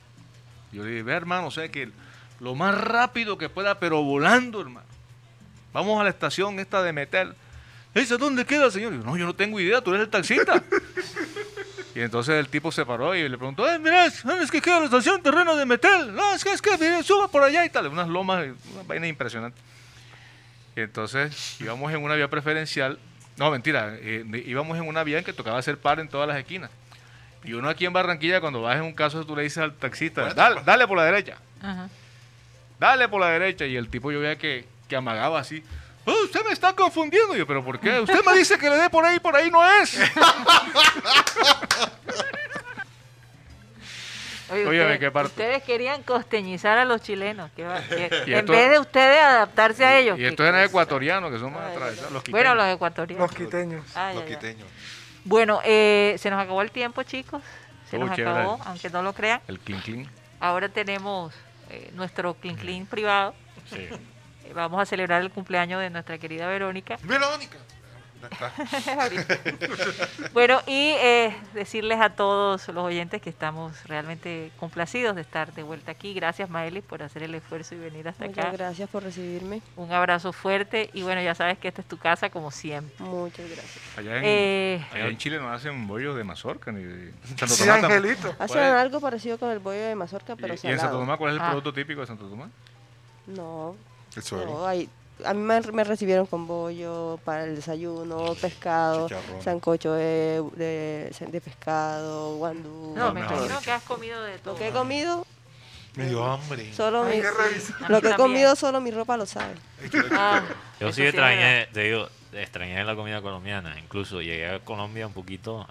Speaker 5: Yo le dije, ve hermano, o sea que lo más rápido que pueda, pero volando, hermano. Vamos a la estación esta de Metel. Dice, ¿dónde queda, señor? Y yo, no, yo no tengo idea, tú eres el taxista. Y entonces el tipo se paró y le preguntó, eh, mira, es que queda la estación terreno de metal, no, es que, es que, mira, suba por allá y tal, unas lomas, una vaina impresionante. Y entonces íbamos en una vía preferencial, no, mentira, eh, íbamos en una vía en que tocaba hacer par en todas las esquinas. Y uno aquí en Barranquilla, cuando vas en un caso, tú le dices al taxista, dale, dale por la derecha,
Speaker 2: Ajá.
Speaker 5: dale por la derecha. Y el tipo yo veía que, que amagaba así. "Oh, usted me está confundiendo. Y yo, ¿pero por qué? Usted me dice que le dé por ahí, por ahí no
Speaker 2: [laughs]
Speaker 5: es.
Speaker 2: Oye,
Speaker 5: Óyeme,
Speaker 2: ustedes,
Speaker 5: qué parte.
Speaker 2: ustedes querían costeñizar a los chilenos. qué va- qué-
Speaker 5: [laughs] Y
Speaker 2: en
Speaker 5: esto-
Speaker 2: vez de ustedes adaptarse a ellos.
Speaker 5: Y
Speaker 2: qué
Speaker 5: estos eran
Speaker 2: cosa.
Speaker 5: ecuatorianos, que son más
Speaker 7: Ay,
Speaker 5: atravesados. Los
Speaker 2: Bueno,
Speaker 5: quiteños.
Speaker 2: los ecuatorianos.
Speaker 6: Los quiteños.
Speaker 2: Ah,
Speaker 4: Los
Speaker 2: ya, ya.
Speaker 4: quiteños.
Speaker 2: Bueno, eh, se nos acabó el tiempo, chicos. Se
Speaker 5: Uy,
Speaker 2: nos
Speaker 5: chévere.
Speaker 2: acabó, aunque no lo crean.
Speaker 5: El clink clink.
Speaker 2: Ahora tenemos eh, nuestro clean clean privado.
Speaker 3: Sí.
Speaker 2: Eh, Vamos a celebrar el cumpleaños de nuestra querida Verónica.
Speaker 4: Verónica. Ya está.
Speaker 2: Ahorita. bueno, y eh, decirles a todos los oyentes que estamos realmente complacidos de estar de vuelta aquí. Gracias, Maeli, por hacer el esfuerzo y venir hasta
Speaker 7: Muchas
Speaker 2: acá.
Speaker 7: gracias por recibirme.
Speaker 2: Un abrazo fuerte y bueno, ya sabes que esta es tu casa como siempre.
Speaker 7: Muchas gracias.
Speaker 5: Allá en,
Speaker 2: Eh,
Speaker 5: allá en Chile no hacen bollos de mazorca ni de Santo
Speaker 6: Sí,
Speaker 5: Tomás. tam-
Speaker 6: Angelito.
Speaker 7: Hacen
Speaker 5: Bueno.
Speaker 7: algo parecido con el bollo de mazorca, pero
Speaker 5: y, y en Santo
Speaker 7: salado.
Speaker 5: Tomás, ¿cuál es el
Speaker 2: Ah.
Speaker 5: producto típico de Santo Tomás?
Speaker 7: No,
Speaker 4: El suelo.
Speaker 7: no ahí- a mí me, me recibieron con bollo para el desayuno, pescado,
Speaker 4: Chicharrón.
Speaker 7: sancocho de, de, de pescado, guandú.
Speaker 2: no, me
Speaker 3: no,
Speaker 2: imagino
Speaker 3: no.
Speaker 2: que has comido de
Speaker 7: Lo
Speaker 2: todo.
Speaker 7: que he comido,
Speaker 4: Me dio hambre.
Speaker 7: solo
Speaker 6: Hay
Speaker 7: mi,
Speaker 6: que revisar.
Speaker 2: A mí
Speaker 7: lo que he
Speaker 2: también.
Speaker 7: comido, solo mi ropa lo sabe.
Speaker 2: Ah,
Speaker 3: Yo
Speaker 2: eso
Speaker 3: sí
Speaker 2: es verdad.
Speaker 3: extrañé, te digo, extrañé la comida colombiana. Incluso llegué a Colombia un poquito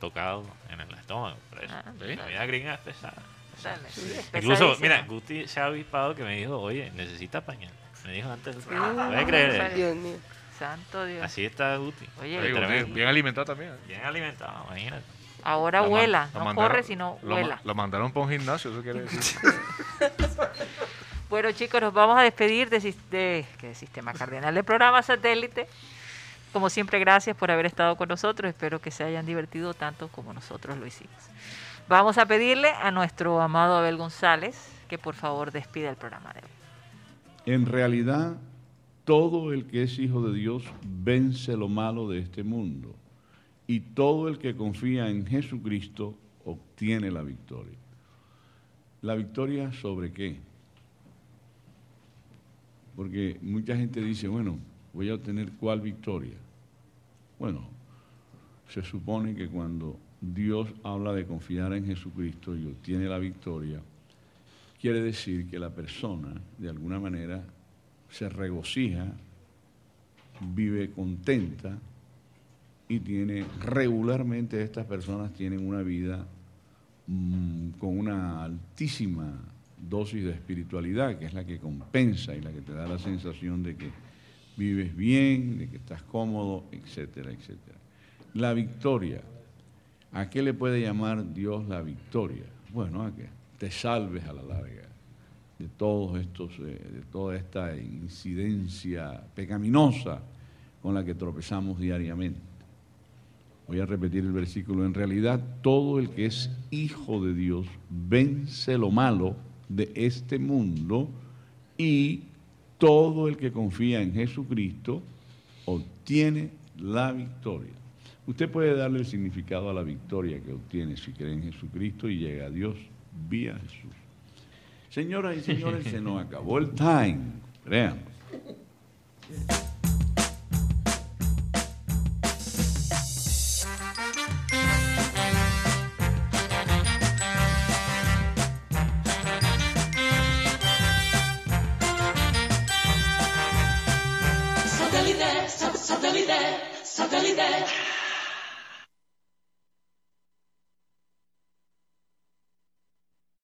Speaker 3: tocado en el estómago. Por eso.
Speaker 2: Ah,
Speaker 3: La comida gringa es pesada.
Speaker 2: Dale, es
Speaker 3: Incluso,
Speaker 2: pesadísimo.
Speaker 3: mira, Guti se ha avispado que me dijo, oye, necesita pañal. Me dijo antes.
Speaker 2: Ah,
Speaker 3: ¿no ¿Puedes creer?
Speaker 2: Vale.
Speaker 7: Dios mío.
Speaker 2: Santo Dios.
Speaker 3: Así está Guti.
Speaker 2: Oye,
Speaker 5: Digo,
Speaker 3: Tremendo.
Speaker 5: bien, bien alimentado también.
Speaker 3: Bien alimentado, imagínate.
Speaker 2: Ahora
Speaker 5: Lo man-
Speaker 2: vuela,
Speaker 5: lo
Speaker 2: no
Speaker 5: mandaron-
Speaker 2: corre, sino
Speaker 5: lo ma-
Speaker 2: vuela.
Speaker 5: Lo mandaron para un gimnasio, eso
Speaker 2: [laughs]
Speaker 5: quiere decir.
Speaker 2: Bueno, chicos, nos vamos a despedir de, sis- de- que de Sistema Cardenal del programa Satélite. Como siempre, gracias por haber estado con nosotros. Espero que se hayan divertido tanto como nosotros lo hicimos. Vamos a pedirle a nuestro amado Abel González que por favor despida el programa de hoy.
Speaker 8: En realidad, todo el que es hijo de Dios vence lo malo de este mundo. Y todo el que confía en Jesucristo obtiene la victoria. ¿La victoria sobre qué? Porque mucha gente dice, bueno, voy a obtener cuál victoria. Bueno, se supone que cuando Dios habla de confiar en Jesucristo y obtiene la victoria, quiere decir que la persona, de alguna manera, se regocija, vive contenta y tiene, regularmente estas personas tienen una vida mm, con una altísima dosis de espiritualidad, que es la que compensa y la que te da la sensación de que vives bien, de que estás cómodo, etcétera, etcétera. La victoria. ¿A qué le puede llamar Dios la victoria? Bueno, a que te salves a la larga de todos estos, eh, de toda esta incidencia pecaminosa con la que tropezamos diariamente. Voy a repetir el versículo. En realidad, todo el que es hijo de Dios vence lo malo de este mundo y todo el que confía en Jesucristo obtiene la victoria. Usted puede darle el significado a la victoria que obtiene si cree en Jesucristo y llega a Dios vía Jesús. Señoras y señores, se nos acabó el time. Créanme.
Speaker 9: satellite, sat- satellite, satellite.